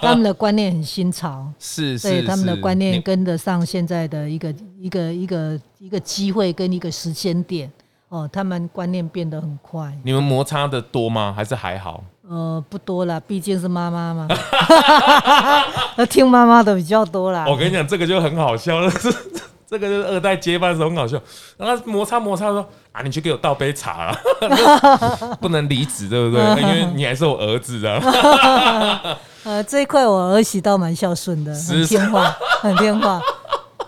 他们的观念很新潮，是是对是，他们的观念你跟得上现在的一个一个一个一个机会跟一个时间点哦，他们观念变得很快。你们摩擦的多吗？还是还好？呃，不多啦，毕竟是妈 妈嘛， 听妈妈的比较多啦。我跟你讲，这个就很好笑 了，这这个就是二代接班的时候很好笑。然后他摩擦摩擦说：“啊，你去给我倒杯茶 啦， 不能离职，对不对？因为你还是我儿子 啊。呃，这一块我儿媳倒蛮孝顺的，很是听话，很听话，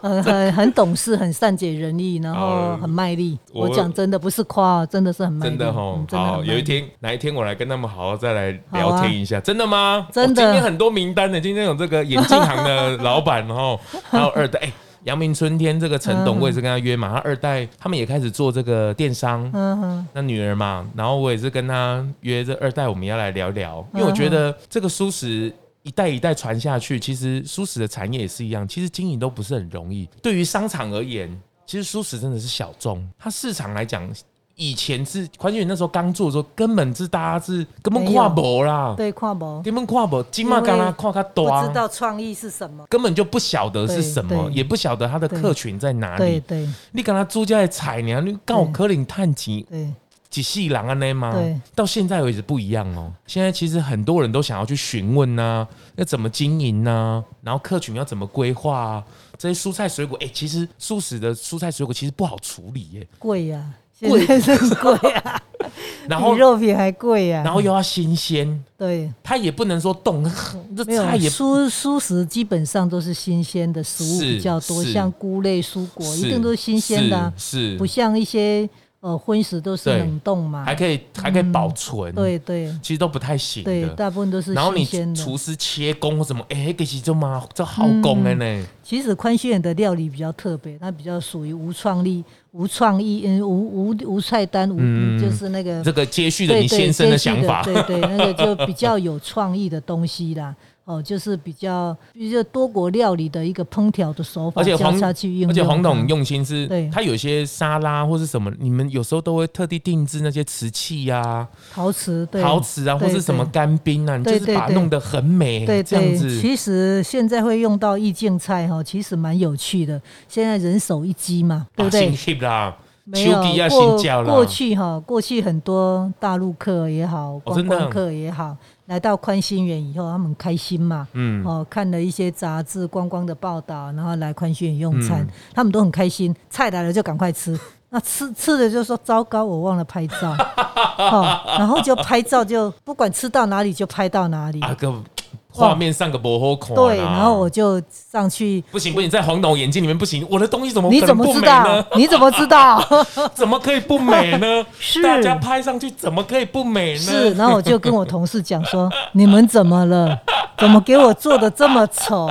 呃，很很懂事，很善解人意，然后好很卖力。哦我我讲真的不是夸哦，真的是很卖力，真的哈嗯，真的很好，卖有一力天哪一天我来跟他们好好再来好聊啊天一下，真的吗？真的我今天很多名单呢，今天有这个眼镜行的老板，然后还有二代，哎，阳明春天这个陈嗯董，我也是跟他约嘛，他二代他们也开始做这个电商，嗯哼，那女儿嘛，然后我也是跟她约这二代，我们要来聊聊，嗯因为我觉得这个素食一代一代传下去，其实素食的产业也是一样，其实经营都不是很容易。对于商场而言，其实素食真的是小众，它市场来讲。以前是宽俊那时候刚做的时候，根本是大家是根本跨博啦，对，跨博根本跨博，金马刚刚跨卡不多知道创意是什么，根本就不晓得是什对么，对也不晓得他的对客群在哪对里。对你跟他租家的菜呢，你告我对可领探钱，对，几细狼安内吗？对，到现在为止不一样哦。现在其实很多人都想要去询问呐、要怎么经营呐、然后客群要怎么规划啊？这些蔬菜水果，哎、其实素食的蔬菜水果其实不好处理耶、贵呀、现贵在真贵啊， 然后比肉啊品还贵呀、然后又要新鲜，对，它也不能说冻，这嗯没有菜也蔬蔬食基本上都是新鲜的食物是比较多，是像菇类、蔬果是一定都是新鲜的啊、是不是像一些呃荤食都是对冷冻嘛还。可以还可以保存，，啊嗯对对其实都不太行对，的。大部分都是然后新你鲜厨的。师切工或什么，哎、欸，其实就嘛，这好工的呢、其实宽西人的料理比较特别，它比较属于无创意、无创意、嗯无无无菜单、无、嗯就是那个这个接续了嗯对你对先生的想法，对对，那个就比较有创意的东西啦。哦，就是比较比较多国料理的一个烹调的手法，而且交黄叉去运用它。啊而且黄董用心是对，他有些沙拉或是什么，你们有时候都会特地定制那些瓷器呀、陶瓷，对陶瓷啊，或对是什么干冰啊，你就对是对把它对弄得很美，对这样对，子。其实现在会用到意境菜哈，其实蛮有趣的。现在人手一机嘛，对不对？新 hip 啦，没有手机要过新教啦过去哈，过去很多大陆客也好，观真的啊光客也好，来到宽心园以后，他们很开心嘛，嗯，哦，看了一些杂志、观光的报道，然后来宽心园用餐，嗯他们都很开心，菜来了就赶快吃。那吃吃的就说糟糕，我忘了拍 照，哦，然后就拍照就不管吃到哪里就拍到哪里，啊个画面上个不好看啊。对，然后我就上去，不行不行，在黄董眼睛里面不行，我的东西怎么你哦可怎能么不知美呢道？？你怎么知道？ 怎么可以不美呢？ 是大家拍上去怎么可以不美呢？是，然后我就跟我同事讲 说：“你们怎么了？怎么给我做的这么丑？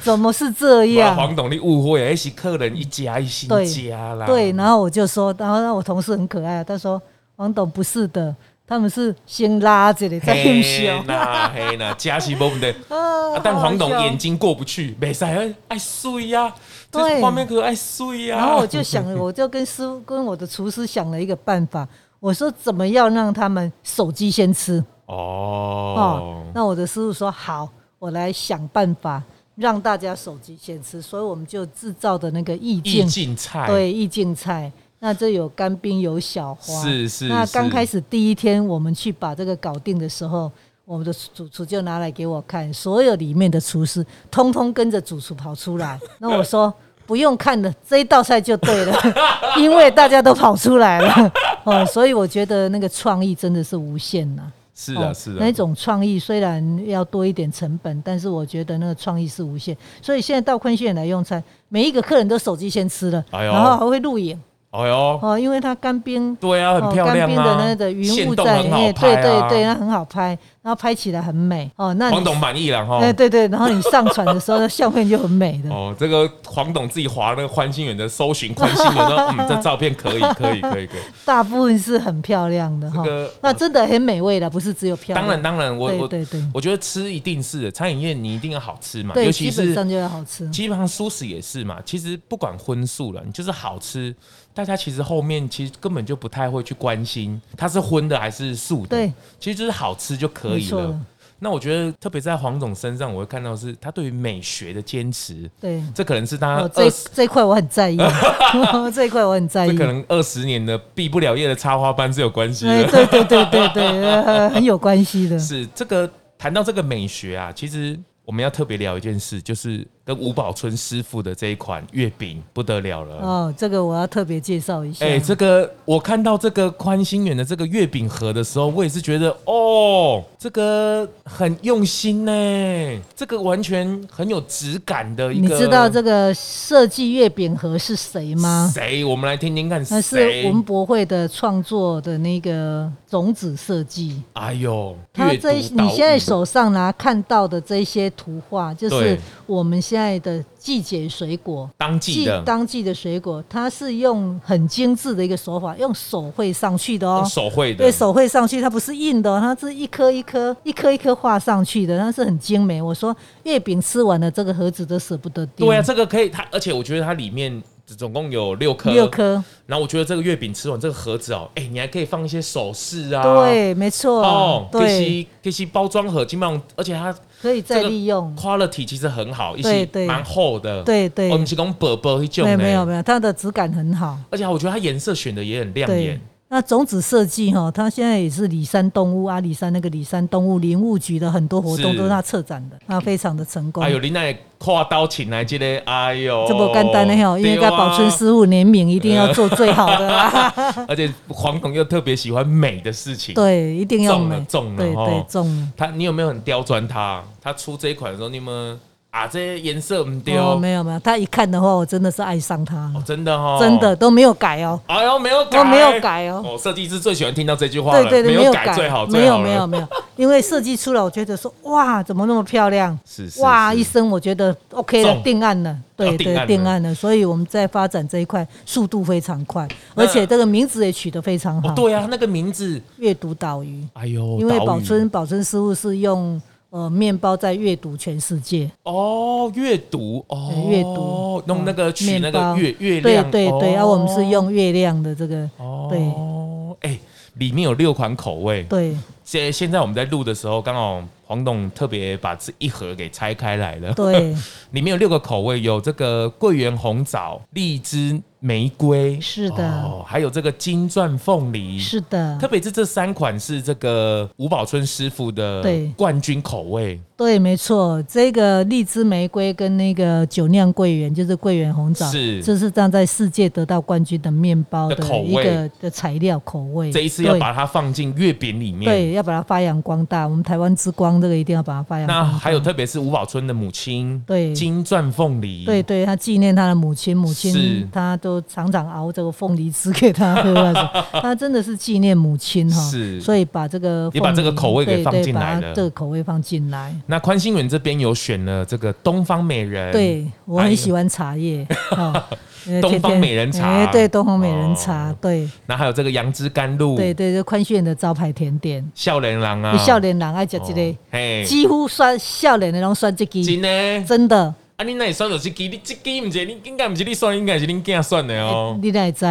怎么是这哇样黄董你误会了，那是客人一家一新哎对家？”啦。对，然后我就说，然后让我同事很可爱，他说：“王董不是的，他们是先拉着的再用嘿手。啦嘿啦，加息不对。啊啊但黄董好好笑眼睛过不去，没事，爱爱睡呀，这对画面可爱睡啊呀。然后我就想， 我就跟师傅跟我的厨师想了一个办法，我说怎么样让他们手机先吃。哦哦，，那我的师傅说好，我来想办法让大家手机先吃，所以我们就制造的那个意意境，境菜，对意境菜。那这有干冰，有小花，是是那刚是开始第一天我们去把这个搞定的时候，我们的主厨就拿来给我看，所有里面的厨师通通跟着主厨跑 出来。那我说不用看了，这一道菜就对了， 因为大家都跑出来了。哦，所以我觉得那个创意真的是无限呐、是哦啊是啊那，种创意虽然要多一点成本，但是我觉得那个创意是无限。所以现在到昆县来用餐，每一个客人都手机先吃了，哎呦然后还会录影哎呦，哦，因为它干冰。对啊，很哦漂亮干冰的那啊个，云雾线动在，哎很好对拍对啊。对，那很好拍，然后拍起来很美哦。那你黄董满意了哈哎、。对对，然后你上传的时候，那相片就很美的。哦，这个黄董自己划那个欢心园的搜寻欢心园， 说嗯，这照片可以可以可以可以。大部分是很漂亮的哈、这个那真的很美味的，不是只有漂亮。当然当然，我我对对对我觉得吃一定是的餐饮业你一定要好吃嘛，对，尤基其本是上就要好吃。基本上素食也是嘛，其实不管荤素了，你就是好吃，大家其实后面其实根本就不太会去关心它是荤的还是素的，对，其实就是好吃就可没以错了了。那我觉得，特别在黄总身上，我会看到是他对于美学的坚持，对，这可能是他我二哦这十，这一块我很 在意，哦这一块我很在这意可。能二十年的毕不了业的插花班是有关系哎，的。对对对对对，呃很有关系的。是这个谈到这个美学啊，其实我们要特别聊一件事，就是跟吴宝春师傅的这一款月饼不得了了。哦，这个我要特别介绍一下。哎、这个我看到这个宽心园的这个月饼盒的时候，我也是觉得哦，这个很用心呢，这个完全很有质感的一你个。知道这个设计月饼盒是谁吗？谁？我们来听听看那是谁文。博会的创作的那个种子设计。哎呦，它阅这读导你现在引手上拿看到的这些图画，就是对我们现在的季节水果，当季的当季的水果，它是用很精致的一个手法，用手绘上去的哦用。手绘的对，手绘上去，它不是印的哦、它是一颗一颗、一颗一颗画上去的，它是很精美。我说月饼吃完了，这个盒子都舍不得丢。对啊，这个可以。它而且我觉得它里面总共有六颗，六。颗，然后我觉得这个月饼吃完这个盒子哦，哎、你还可以放一些首饰啊。。对，没错，哦，可对，惜可惜包装盒，基本上，而且它可以再利哦用。 quality 其实很好，一对些对蛮厚的。对对我们是讲薄薄一种对，呢，没有没有，它的质感很好。而且我觉得它颜色选的也很亮对眼。，那种子设计哈，它现在也是里山动物阿里山那个里山动物林务局的很多活动是都是它策展的，那非常的成功哎。呦，你那跨刀请来这个，哎呦，这不简单的哈，因为对啊跟宝春师傅联名，一定要做最好的啦。 而且黄董又特别喜欢美的事情。对，一定要中了买，中了对对哦中了。他，你有没有很刁钻他？他出这一款的时候，你们啊，这颜色唔对哦，哦，没有没有，他一看的话，我真的是爱上他了，真的哦，真的。都没有改哦。哎呦，没有改，我没有改哦哦，设计师最喜欢听到这句话了，对对对，没有改改，最好，没最好有了没有，没有，因为设计出来，我觉得说哇，怎么那么漂亮？是是哇，是一生我觉得 OK 了，中定案了，对啊定案对，了定案了。所以我们在发展这一块速度非常快，那而且这个名字也取得非常哦好，，对啊，那个名字，阅读岛屿，哎呦，因为岛宝屿春宝春师傅是用呃面包在阅读全世界，哦，阅读哦对，阅读嗯弄那个取面那包个月月对亮，对对，哦啊，我们是用月亮的这个，对哦，哎、里面有六款口味。对现现在我们在录的时候，刚好黄董特别把这一盒给拆开来了，对 里面有六个口味，有这个桂圆红枣、荔枝、玫瑰，是的哦，还有这个金钻凤梨，是的特，别是这三款是这个吴宝春师傅的对冠军口味，对，没错，这个荔枝玫瑰跟那个酒酿桂圆，就是桂圆红枣，是这是站在世界得到冠军的面包的口的味一个的材料口味。这一次要对把它放进月饼里面。对，要把它发扬光大。我们台湾之光，这个一定要把它发扬光那大。还有，特别是吴宝春的母亲，嗯对金钻凤梨，对对，他纪念他的母亲，母是亲他都常常熬这个凤梨汁给他 喝啊，他真的是纪念母亲嗯哈。是所以把这个也把凤这个梨口味给对放对进把来它了这个口味放进来。那宽心园这边有选了这个东方美人，对，我还有很喜欢茶 叶啊，呃东甜方甜美人茶哎对，东方美人茶，哦对那还有这个杨枝甘露，对，对，就宽炫的招牌甜点，笑脸郎啊，你笑脸啊人爱吃这哦个，嘿，几乎算笑脸的拢算这真个，的，真的，啊，你那里算手机，你这机唔是你应该唔是你算，应该是你囝算的哦，你哪会知？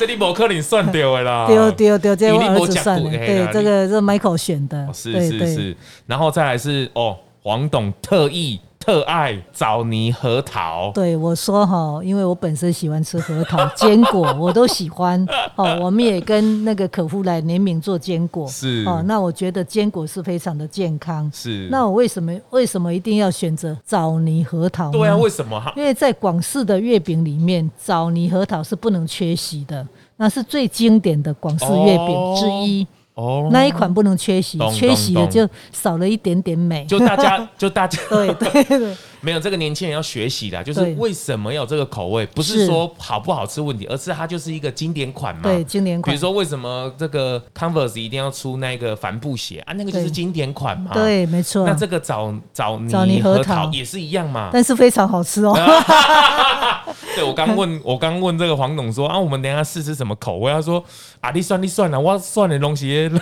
这你无可能算到的啦， 对对对，这因我为你儿哦没子吃算过的，嘿对啦，这你个是 Michael 选的哦，是对是对是，然后再来是哦，黄董特意特爱枣泥核桃，对，我说哈，因为我本身喜欢吃核桃、坚果，我都喜欢。哦，我们也跟那个可夫来联名做坚果，是哦。那我觉得坚果是非常的健康。是，那我为什么为什么一定要选择枣泥核桃呢？对啊，为什么哈？因为在广式的月饼里面，枣泥核桃是不能缺席的，那是最经典的广式月饼之一。哦，那一款不能缺席懂，懂缺席了懂就少了一点点美。就大家 就大家对对对，没有这个年轻人要学习啦，就是对为什么要有这个口味，不是是说好不好吃问题，而是它就是一个经典款嘛。对经典款啊比如说为什么这个 Converse 一定要出那个帆布鞋啊，那个就是对经典款嘛。。对，没错。那这个枣枣枣泥泥核核桃桃也是一样嘛。但是非常 好吃哦。对，我刚 问，我刚问这个黄董说啊，我们等一下试吃什么口味？他说啊，你算你算了，我算的东西让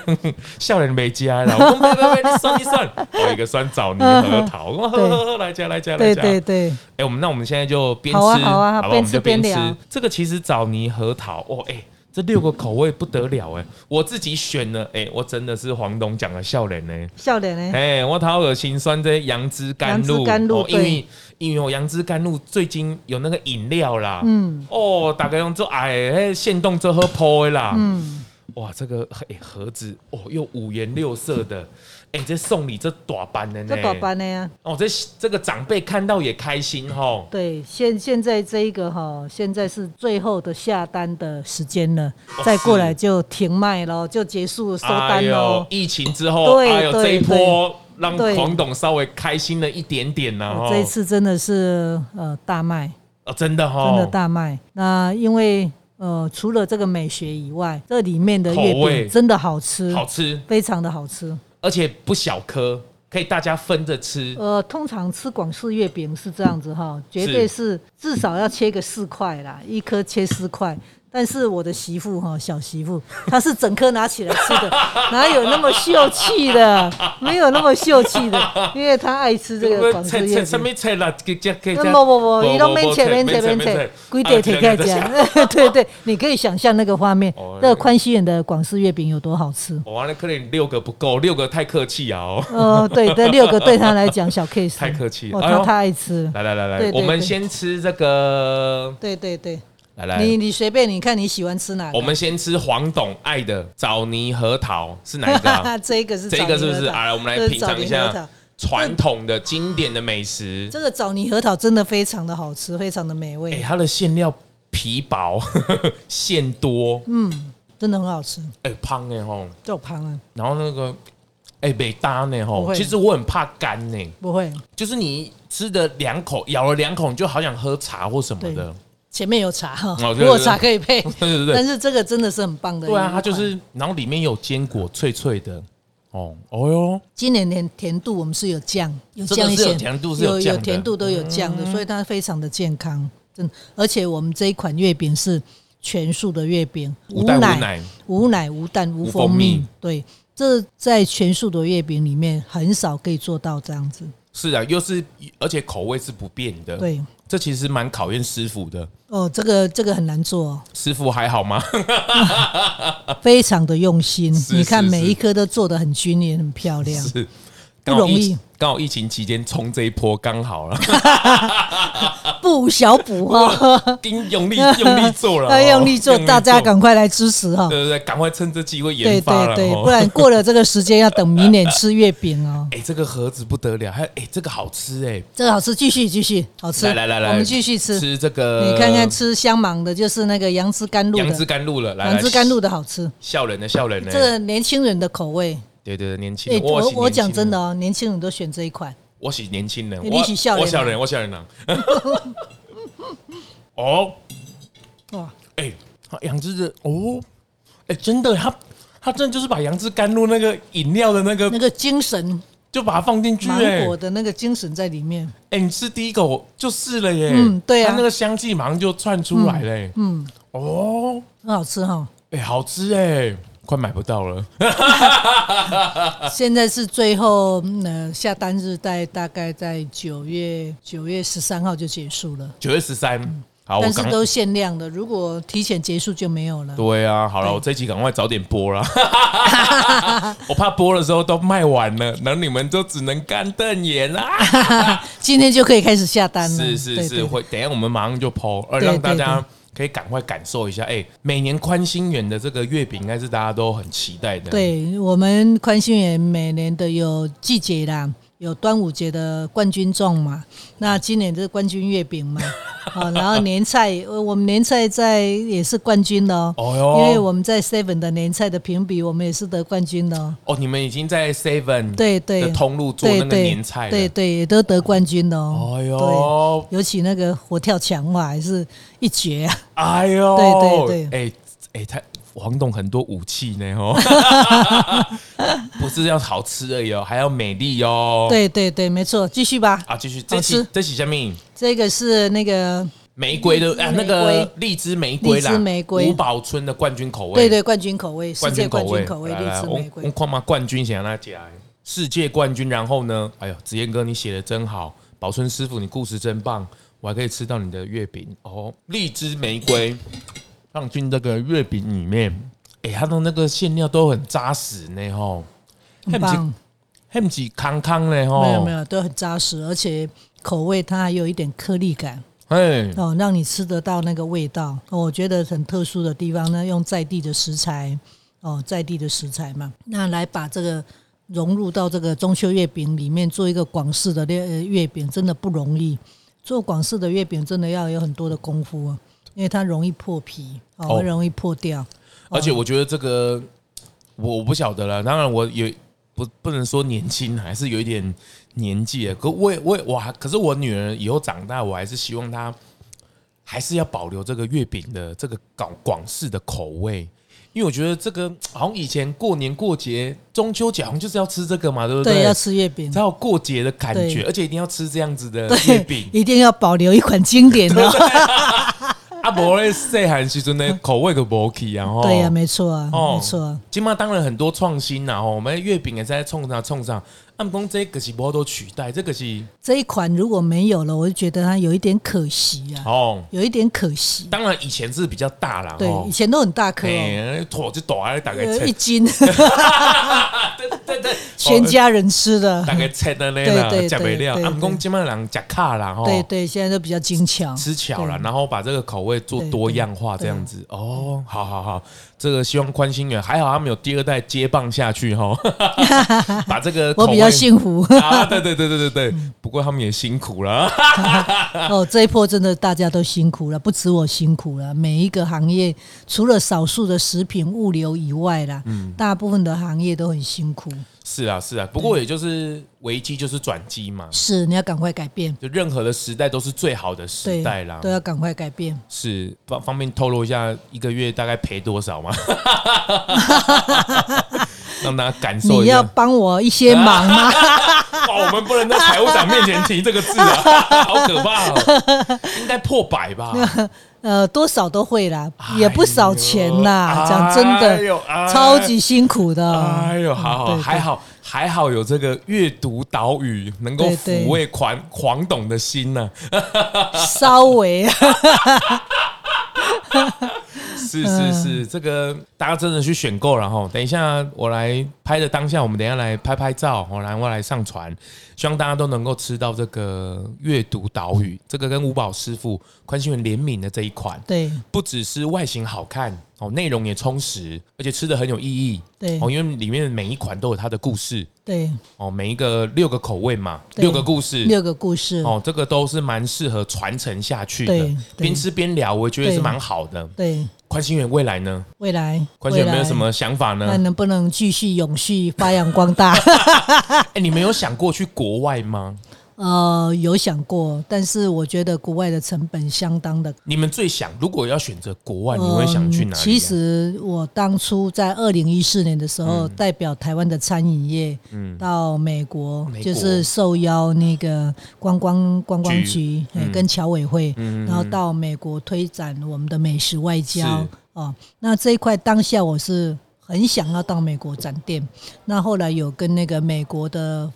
笑人没加 了。我说没没没，你算你算，我一个酸枣泥核桃，我说对呵呵呵，来加来加来对加。对对，哎、我们那我们现在就边吃，好啊好啊不边我们吃就边边吃聊。这个其实枣泥核桃，哦，哎、这六个口味不得了哎、我自己选了哎、我真的是黄董讲的笑脸呢。笑脸呢？ 哎、我讨恶心酸这些杨枝甘杨露，枝甘露哦、因为对因为我哦杨枝甘露最近有那个饮料啦，嗯哦，大概用做哎，那现冻做喝泡的啦，嗯，哇，这个哎、盒子哦，又五颜六色的，哎、这送礼这短版的呢，这搞班的呀、哦，这这个长辈看到也开心吼。对，现现在这一个哈，现在是最后的下单的时间了，再过来就停卖喽，就结束收哦哎单哦呦喽，。疫情之后，对哎呦，对这一波让对黄董稍微开心了一点点呢、我吼这一次真的是呃大卖，哦，真的哈、真的大卖。那因为呃除了这个美学以外，这里面的月口味饼真的好吃，好吃，非常的好吃。而且不小颗，可以大家分着吃。呃，通常吃广式月饼是这样子哈，绝对是至少要切个四块啦，一颗切四块。但是我的媳妇哈，小媳妇，她是整颗拿起来吃的，哪有那么秀气的？没有那么秀气的，因为她爱吃这个广式月什饼。么菜啦？给这给那不不不，你都没切没切没切，规啊定铁开讲。 对对，你可以想象那个画面哦，那个宽西园的广式月饼有多好吃。我那可能六个不够，六个太客气啊！ 哦，呃，对，这六个对她来讲小 case，太客气哦，哎呦她太爱吃了。来来来来对，对我们对先吃这个，对对对。来来，你你随便，你看你喜欢吃哪个？哎我们先吃黄董爱的枣泥核桃是哪一个 啊、这一个是这一个是不枣泥是？核桃啊，来我们来这是品尝一枣泥核桃嗯下传统的经典的美食。这个枣泥核桃真的非常的好吃，非常的美味，哎、它的馅料皮薄， 馅多，嗯真的很好吃。哎、胖哎吼，就胖啊，然后那个哎北搭呢不吼，会其实我很怕干呢、不会，就是你吃的两口，咬了两口，你就好想喝茶或什么的。前面有茶哈，哦对如果茶可以配， 对对对但，是这个真的是很棒的一对款。啊，它就是，然后里面有坚嗯果，脆脆的。哦，哦哟，今年甜甜度我们是有降，有真的降一是有些，甜度是有有降的甜度都有降的，所以它非常的健康，真的。而且我们这一款月饼是全素的月饼，无蛋无奶，无奶无蛋无无蜂蜂蜜蜜，对，这在全素的月饼里面很少可以做到这样子。是啊，又是而且口味是不变的。，对，这其实蛮考验师傅的。哦，这个这个很难做、哦，师傅还好吗？非常的用心。啊是你看是每是一颗都做的很均匀，很漂 亮。是，不刚好容疫易情刚好疫情期间冲这一波刚好 了，不无小补哦，盯用力用力做了哦， 要用力做，大家赶快来支持哈、哦。对对对，赶快趁这机会对研发对了对，哦。不。然过了这个时间要等明年吃月饼哦 哎，这个盒子不得了，还有哎这个好吃哎，这个好吃，继续继续好吃。来来来来，我们继续吃。吃呃这个，你看看吃香芒的，就是那个杨枝甘露杨枝的，甘露了，来杨枝甘露的好吃。笑人的笑人呢，这个年轻人的口味，对对对，年轻哎，人，我是我年轻讲人真的，哦，年轻人都选这一款。我是年轻人，你我是少年我人笑人，我笑人 啊，哦，哇，哎，杨枝的哦，哎，真的他。他真的就是把杨枝甘露那个饮料的那个那个精神，就把它放进去、欸，芒果的那个精神在里面。哎、你吃第一口就是了耶，嗯对啊它那个香气马上就窜出来了、欸嗯，哦，很好吃哈、哎、好吃哎、快买不到了，啊现在是最后嗯呃下单日在大概在九月九月十三号就结束了，九月十三，好，我但是赶都限量的，如果提前结束就没有了。对啊，好了，对我这一集赶快早点播 啦，我怕播的时候都卖完了，然后你们就只能干瞪眼啦、 今天就可以开始下单了。是是对是，，会等一下我们马上就抛，呃，对让大对家可以赶快感受一下，哎、每年宽心园的这个月饼应该是大家都很期待的，对对我们宽心园每年的有季节啦，有端午节的冠军粽嘛，那今年就是冠军月饼 嘛，好，然后年菜，呃我们年菜在也是冠军的哦。哦因为哟，我们在 Seven 的年菜的评比，我们也是得冠军的哦。哦，你们已经在 Seven 对对的通路做对那个对年菜了，对对，也都得冠军的哦。哎对，呦，尤其那个活跳墙哇，还是一绝啊！哎呦，对对对，哎哎，他黄董很多武器呢 哦，不是要好吃而已哦，还要美丽哦。对对对，没错，继续吧。啊，继续，好这期吃这期下面这个是那个玫瑰的荔枝啊，玫那瑰个荔枝玫瑰啦，荔枝玫瑰五宝村的冠军口味，对对冠军口味，世冠界军冠口军味，口味来荔来枝我玫我瑰。看嘛冠军想让他讲的，啊世界冠军，然后呢，哎呦，子燕哥你写的真好，宝春师傅你故事真棒，我还可以吃到你的月饼哦，荔枝玫瑰，放进这个月饼里面，哎、它的那个馅料都很扎实呢吼，不是很哦棒，还不是康康呢吼，没有没有，都很扎实，而且口味它还有一点颗粒感嘿，哦，让你吃得到那个味道。哦我觉得很特殊的地方呢，用在地的食材哦，在地的食材嘛，那来把这个融入到这个中秋月饼里面，做一个广式的月呃月饼，真的不容易。做广式的月饼真的要有很多的功夫啊，因为它容易破皮哦，哦容易破掉。而嗯且我觉得这个我我不晓得了，当然我也不不能说年轻，还是有一点年纪了。啊可我也我也我还可是我女儿以后长大，我还是希望她还是要保留这个月饼的这个广广式的口味。因为我觉得这个好像以前过年过节、中秋节好像就是要吃这个嘛，对不对，要吃月饼才，有过节的感对觉，而且一定要吃这样子的月对饼，。一定要保留一款经典 的。啊，不然细汉时阵的 口味个无去啊，吼。对呀、没错啊，哦没错啊。今嘛当然很多创新啦，吼，我们月饼也是在冲上冲上，按公这个是不都取代，这个是这一款如果没有了，我就觉得它有一点可惜啊，哦，有一点可惜。当然以前是比较大啦，对，以前都很大颗哦，哎，哦坨就大概大概呃切，一 斤，对对对，全家人吃哦的。大概切的那啦，对对对吃不了，对对按公今嘛人吃卡啦，吼，对对，现在都比较精巧。哦吃巧了，对然后把这个口味做对多样化，对这样子哦，好好好，这个希望宽心园还好他们有第二代接棒下去 哈， 把这个口我味比较 幸嗯福啊，对对对 对对对，不过他们也辛苦了。哦，这一波真的大家都辛苦了，不止我辛苦了，每一个行业除了少数的食品物流以外啦，嗯大部分的行业都很辛苦。是啊，是啊，不过也就是危机就是转机嘛，是，你要赶快改变，就任何的时代都是最好的时对啊代啦，都。要赶快改变。是方方便透露一下一个月大概赔多少 吗？让大家感受你一要下。帮我一些忙吗？ 哇，我们不能在财务长面前提这个字 啊，好可怕哦！应该破百吧？呃，多少都会啦，哎也不少钱啦。呦讲真哎的，呦哎超级辛苦的。哎呦，好好，嗯对对还好还好有这个阅读岛屿，能够对对抚慰狂狂董的心呢、稍 微是嗯是是，这个大家真的去选购了哈。等一下我来拍的当下，我们等一下来拍拍照，哦然后来上传，希望大家都能够吃到这个阅读岛屿，这个跟五宝师傅宽心园联名的这一款，对不只是外形好看哦，内容也充实，而且吃的很有意义对哦，因为里面每一款都有它的故事对，哦，每一个六个口味嘛，对六个故事，六个故事，哦，这个都是蛮适合传承下去的对，对边吃边聊，我觉得对是蛮好的。对宽心园未来呢？未来，宽心未园有来没有什？么嗯想法呢？那能不能继续永续发扬光大？ 哎、你们有想过去国外吗？呃，有想过，但是我觉得国外的成本相当的你们最想，如果要选择国外，你会想去哪里啊、嗯其实我当初在二零一四年的时嗯候，代表台湾的餐饮业，到美国，美国就是受邀那个观光观光局、哎嗯跟侨委会，然后到美国推展我们的美食外交是。哦，那这一块当下我是很想要到美国展店，那后来有跟那个美国的。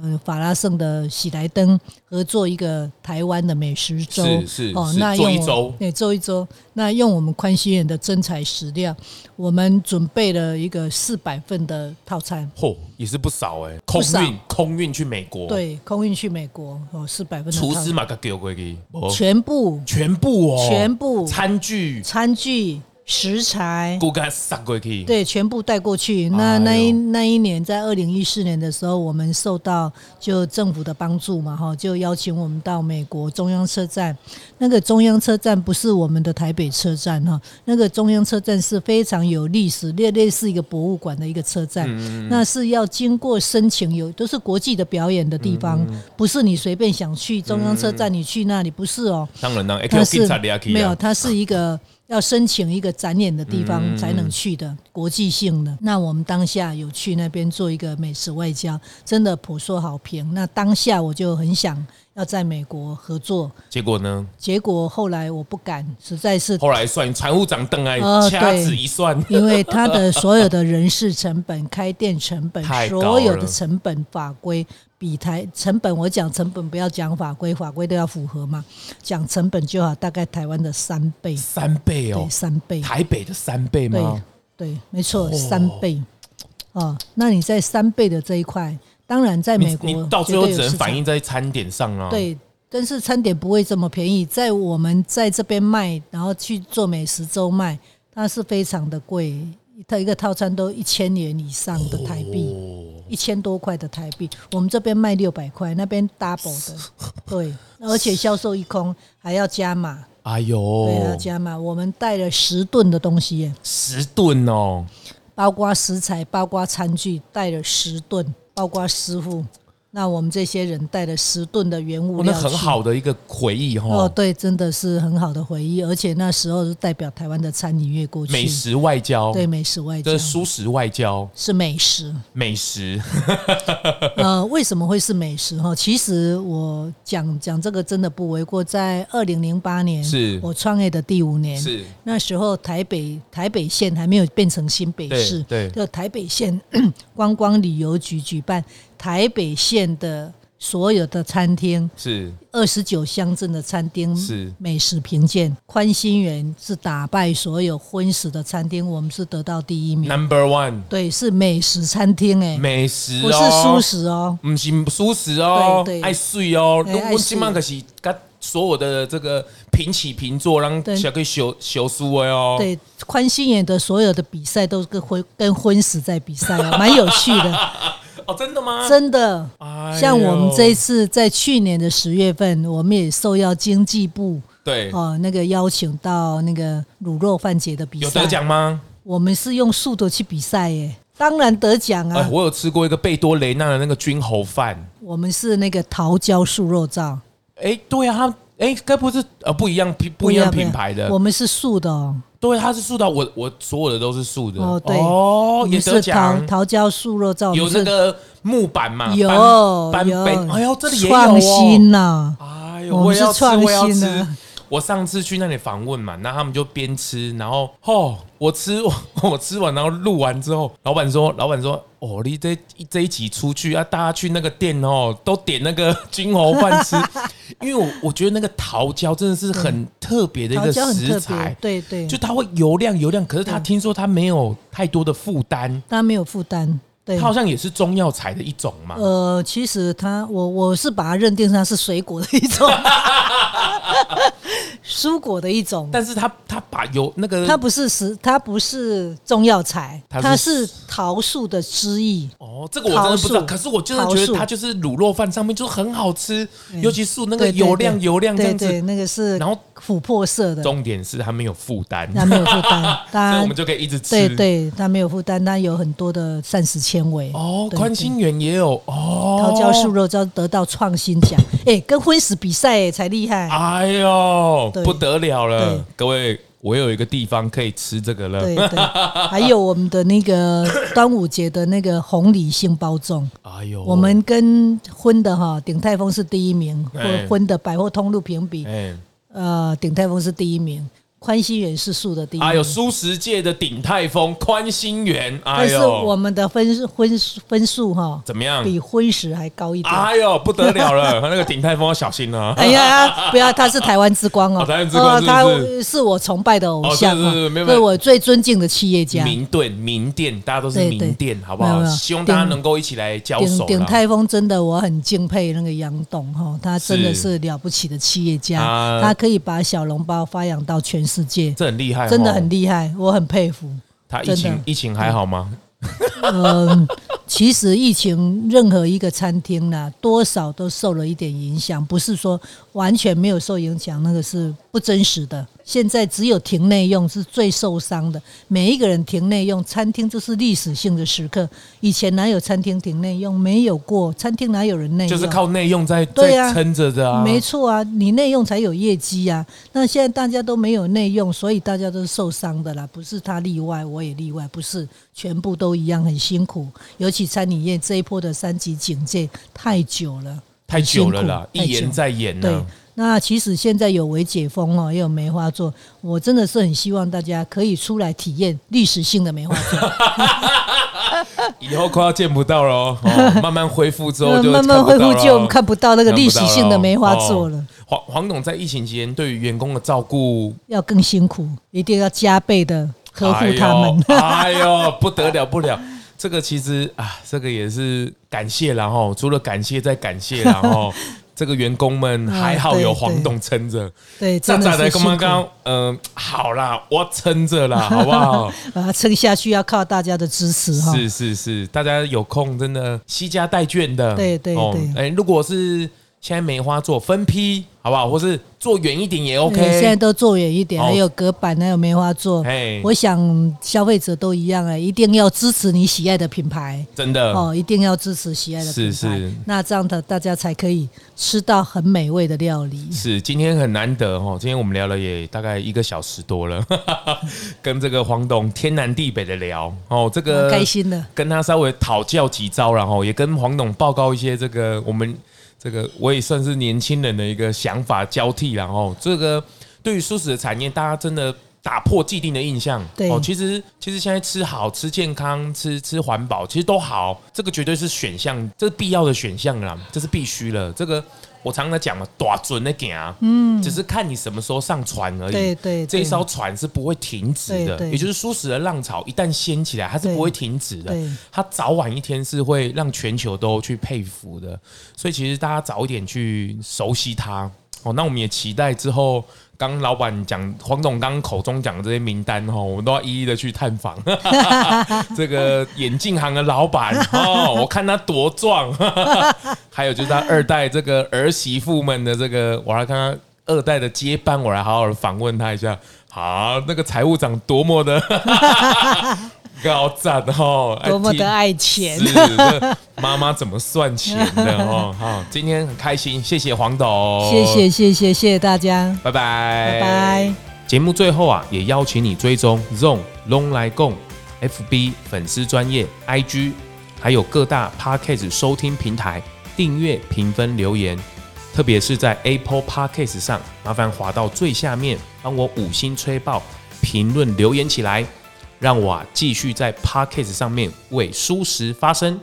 呃，法拉盛的喜来登合作一个台湾的美食周，是是哦，是那做用一我周对，做一周。那用我们宽心园的真材实料，我们准备了一个四百份的套餐，嚯、也是不少哎、空不少运空运去美国，，对，空运去美国哦，四百份的厨套师餐，嘛，给给过去，哦全部全部哦，全部餐具，餐具食材。骨干杀过去，，对，全部带过去。哎那呦那一那一年，在二零一四年的时候，我们受到就政府的帮助嘛，哈，就邀请我们到美国中央车站。那个中央车站不是我们的台北车站哈，那个中央车站是非常有历史，类类似一个博物馆的一个车站。嗯那是要经过申请有，都是国际的表演的地嗯方，不是你随便想去中央车站，你去那里不是哦。当然啦，哎，它叫是警察抓去啊没有，它是一个要申请一个展演的地方嗯才能去的、国际性的。那我们当下有去那边做一个美食外交，真的颇受好评。那当下我就很想要在美国合作，结果呢？结果后来我不敢，实在 是后来算财务长邓爱呃掐对指一算，因为他的所有的人事成本、开店成本太、高了所有的成本法规比台成本，我讲成本不要讲法规，法规都要符合嘛，讲成本就好，大概台湾的三倍，三倍哦对，，三倍，台北的三倍吗对？对，没错，三倍。哦，那你在三倍的这一块，当然在美你国你到最绝后对有只能市场反映在餐点上啊。，对，但是餐点不会这么便宜，在我们在这边卖，然后去做美食周卖，它是非常的贵，它一个套餐都一千元以上的台币，哦一千多块的台币，我们这边卖六百块，那边 double 的，对，而且销售一空还要加码，哎对，啊还要呦，加码，我们带了十吨的东西耶，十吨哦，包括食材，包括餐具，带了十吨，包括师傅。那我们这些人带了十吨的原物哇料那去，很好的一个回忆哦，哈。对，真的是很好的回忆，而且那时候是代表台湾的餐饮业过去，美食外交，对美食外交这是舒适外交，是美 食。美食呃，为什么会是美食？哈，其实我讲讲这个真的不为过，在二零零八年是我创业的第五年，是那时候台北台北县还没有变成新北对市，对就台北县 观光旅游局举办台北县的所有的餐厅是二十九乡镇的餐厅是美食评鉴，宽心园是打败所有荤食的餐厅，我们是得到第一名。 number one 对，是美食餐厅哎、美食不是素哦，食哦。不是舒适哦对，对爱睡哦。哎如果爱睡今晚可是跟所有的这个平起平坐，让对小可以修修书的哦。对，宽心园的所有的比赛都是跟荤跟荤食在比赛哦，蛮有趣的，哦，真的吗？真的。哎呦像我们这一次在去年的十月份，我们也受邀经济部对哦那个邀请到那个卤肉饭节的比赛，有得奖吗？我们是用速度去比赛耶，当然得奖啊。哎，我有吃过一个贝多雷纳的那个军侯饭。我们是那个桃胶素肉燥，哎，对啊，它哎，该不是呃不一样品不一样品牌不一的样我？们是素的哦，对，它是素的，我我所有的都是素的。哦对哦我，也们得是奖桃。桃胶素肉燥，有我那们是个木板嘛？有搬有，搬哎呦，这里也有哦创新啊呐、哎呦，我们我也是要吃，创我也要新吃啊。我上次去那里访问嘛，那他们就边吃，然后哦，我吃我我吃完，然后录完之后，老板说，老板说，哦，你这这一集出去啊，大家去那个店哦，都点那个 金猴饭吃， 因为我我觉得那个桃胶真的是很特别的一桃个胶很特食别材，，对对，就它会油亮油亮，可是它听说它没有太多的负担，它没有负担，对它。好像也是中药材的一种嘛。呃，其实它，我我是把它认定它是水果的一 种，蔬果的一种。但是它它把油那个它不是食，它不是中药材，它是它是桃树的枝叶。哦，这个我真的不知道，桃树可是我就是觉桃树得它就是卤肉饭上面就是很好吃，尤其素那个对对油亮对油亮这样对对，子。那个是然后琥珀色的，重点是它没有负担，它没有负 担，所以我它们就可以一直吃。对对，它没有负担，它有很多的膳食纤维。哦，对宽。心园也有哦对，桃胶素肉胶得到创新奖，哎，跟荤食比赛哎才厉害。哎呦对不得了了对，各位，我有一个地方可以吃这个了。对对，还有我们的那个端午节的那个红梨杏包粽，哎呦，我们跟荤的哈鼎泰丰是第一名，哎荤荤的百货通路评比，哎，呃，鼎泰丰是第一名，宽心园是素的第一名。哎呦，素食界的鼎泰丰宽心园，哎但是我呦，们的分数分数分数哈，怎么样？比荤食还高一点。哎呦，不得了 了，那个鼎泰丰要小心哦了。哎呀，不要，他是台湾之光哦，哦台湾之光哦是不他是是我崇拜的偶像哦是是是没有没有对我最尊敬的企业家。名店，名店，大家都是对对名店，好不没有好？没有希望大家顶能够一起来交鼎手鼎啦。泰丰真的我很敬佩那个杨董哈，他真的是了不起的企业家，啊他可以把小笼包发扬到全世界，这很厉害，哦真的很。厉害，我很佩服。他疫真情的哎疫情还好吗？嗯，其实疫情任何一个餐厅啦，多少都受了一点影响，不是说完全没有受影响，那个是不真实的。现在只有停内用是最受伤的，每一个人停内用，餐厅这是历史性的时刻。以前哪有餐厅停内用？没有过，餐厅哪有人内用？就是靠内用在对啊在撑着的啊。没错啊，你内用才有业绩啊。那现在大家都没有内用，所以大家都是受伤的啦。不是他例外，我也例外，不是全部都一样，很辛苦。尤其餐饮业这一波的三级警戒太久了，太久了啦，很辛苦一太久延再延啊对呢。，那其实现在有为解封哦，也有梅花座，我真的是很希望大家可以出来体验历史性的梅花 座，以后快要见不到了哦， 哦慢慢恢复之后就嗯慢慢恢复就我们看看不到那个历史性的梅花座了，不哦到哦。黄黄董在疫情期间对于员工的照顾，要更辛苦，一定要加倍的呵护他们。哎呦，哎呦不得了不了。这个其实啊，这个也是感谢啦吼，除了感谢再感谢啦吼。这个员工们啊还好有对黄对董撑着，对，炸真炸的的是刚辛苦刚刚，嗯，好啦，我撑着啦，好不好？ 把它撑下去要靠大家的支持哈。是是是，大家有空真的惜家带眷的，对对对哎、如果是现在梅花座分批，好不好？或是坐远一点也对嗯现在 OK。都做远一点，哦还有隔板，还有梅花座。哎，我想消费者都一样啊，一定要支持你喜爱的品牌真的、哦，一定要支持喜爱的品是牌。嗯是那这样的大家才可以吃到很美味的料理。是，今天很难得哦。今天我们聊了也大概一个小时多了， 跟这个黄董天南地北的聊哦，这个蛮开心的，跟他稍微讨教几招然后也跟黄董报告一些这个我们这个我也算是年轻人的一个想法交替然后这个对于素食的产业，大家真的。打破既定的印象，哦对其实其实现在吃好、吃健康、吃吃环保，其实都好，这个绝对是选项，这是必要的选项啦，这是必须了。这个我常常讲嘛，打准的行，嗯，只是看你什么时候上船而已。对对这一对艘船是不会停止的，对对也就是素食的浪潮一旦掀起来，它是对不会停止的。对它早晚一天是会让全球都去佩服的。所以其实大家早一点去熟悉它哦。那我们也期待之后，刚老板讲黄总刚口中讲的这些名单哦，我们都要一一的去探访。 这个眼镜行的老板哦，我看他多壮， 还有就是他二代这个儿媳妇们的这个，我来看他二代的接班，我来好好的访问他一下。好，那个财务长多么的 高赞哦，多么哎的爱钱是！这妈妈怎么算钱的 哦？好，今天很开心，谢谢黄董，谢谢，谢谢谢谢大家，拜拜，拜拜。节目最后啊，也邀请你追踪 Zone Long 来共 FB 粉丝专业 IG，还有各大 Podcast 收听平台订阅、评分、留言，特别是在 Apple Podcast 上，麻烦滑到最下面，帮我五星吹爆，评论留言起来，让我啊继续在 Podcast 上面为舒适发声。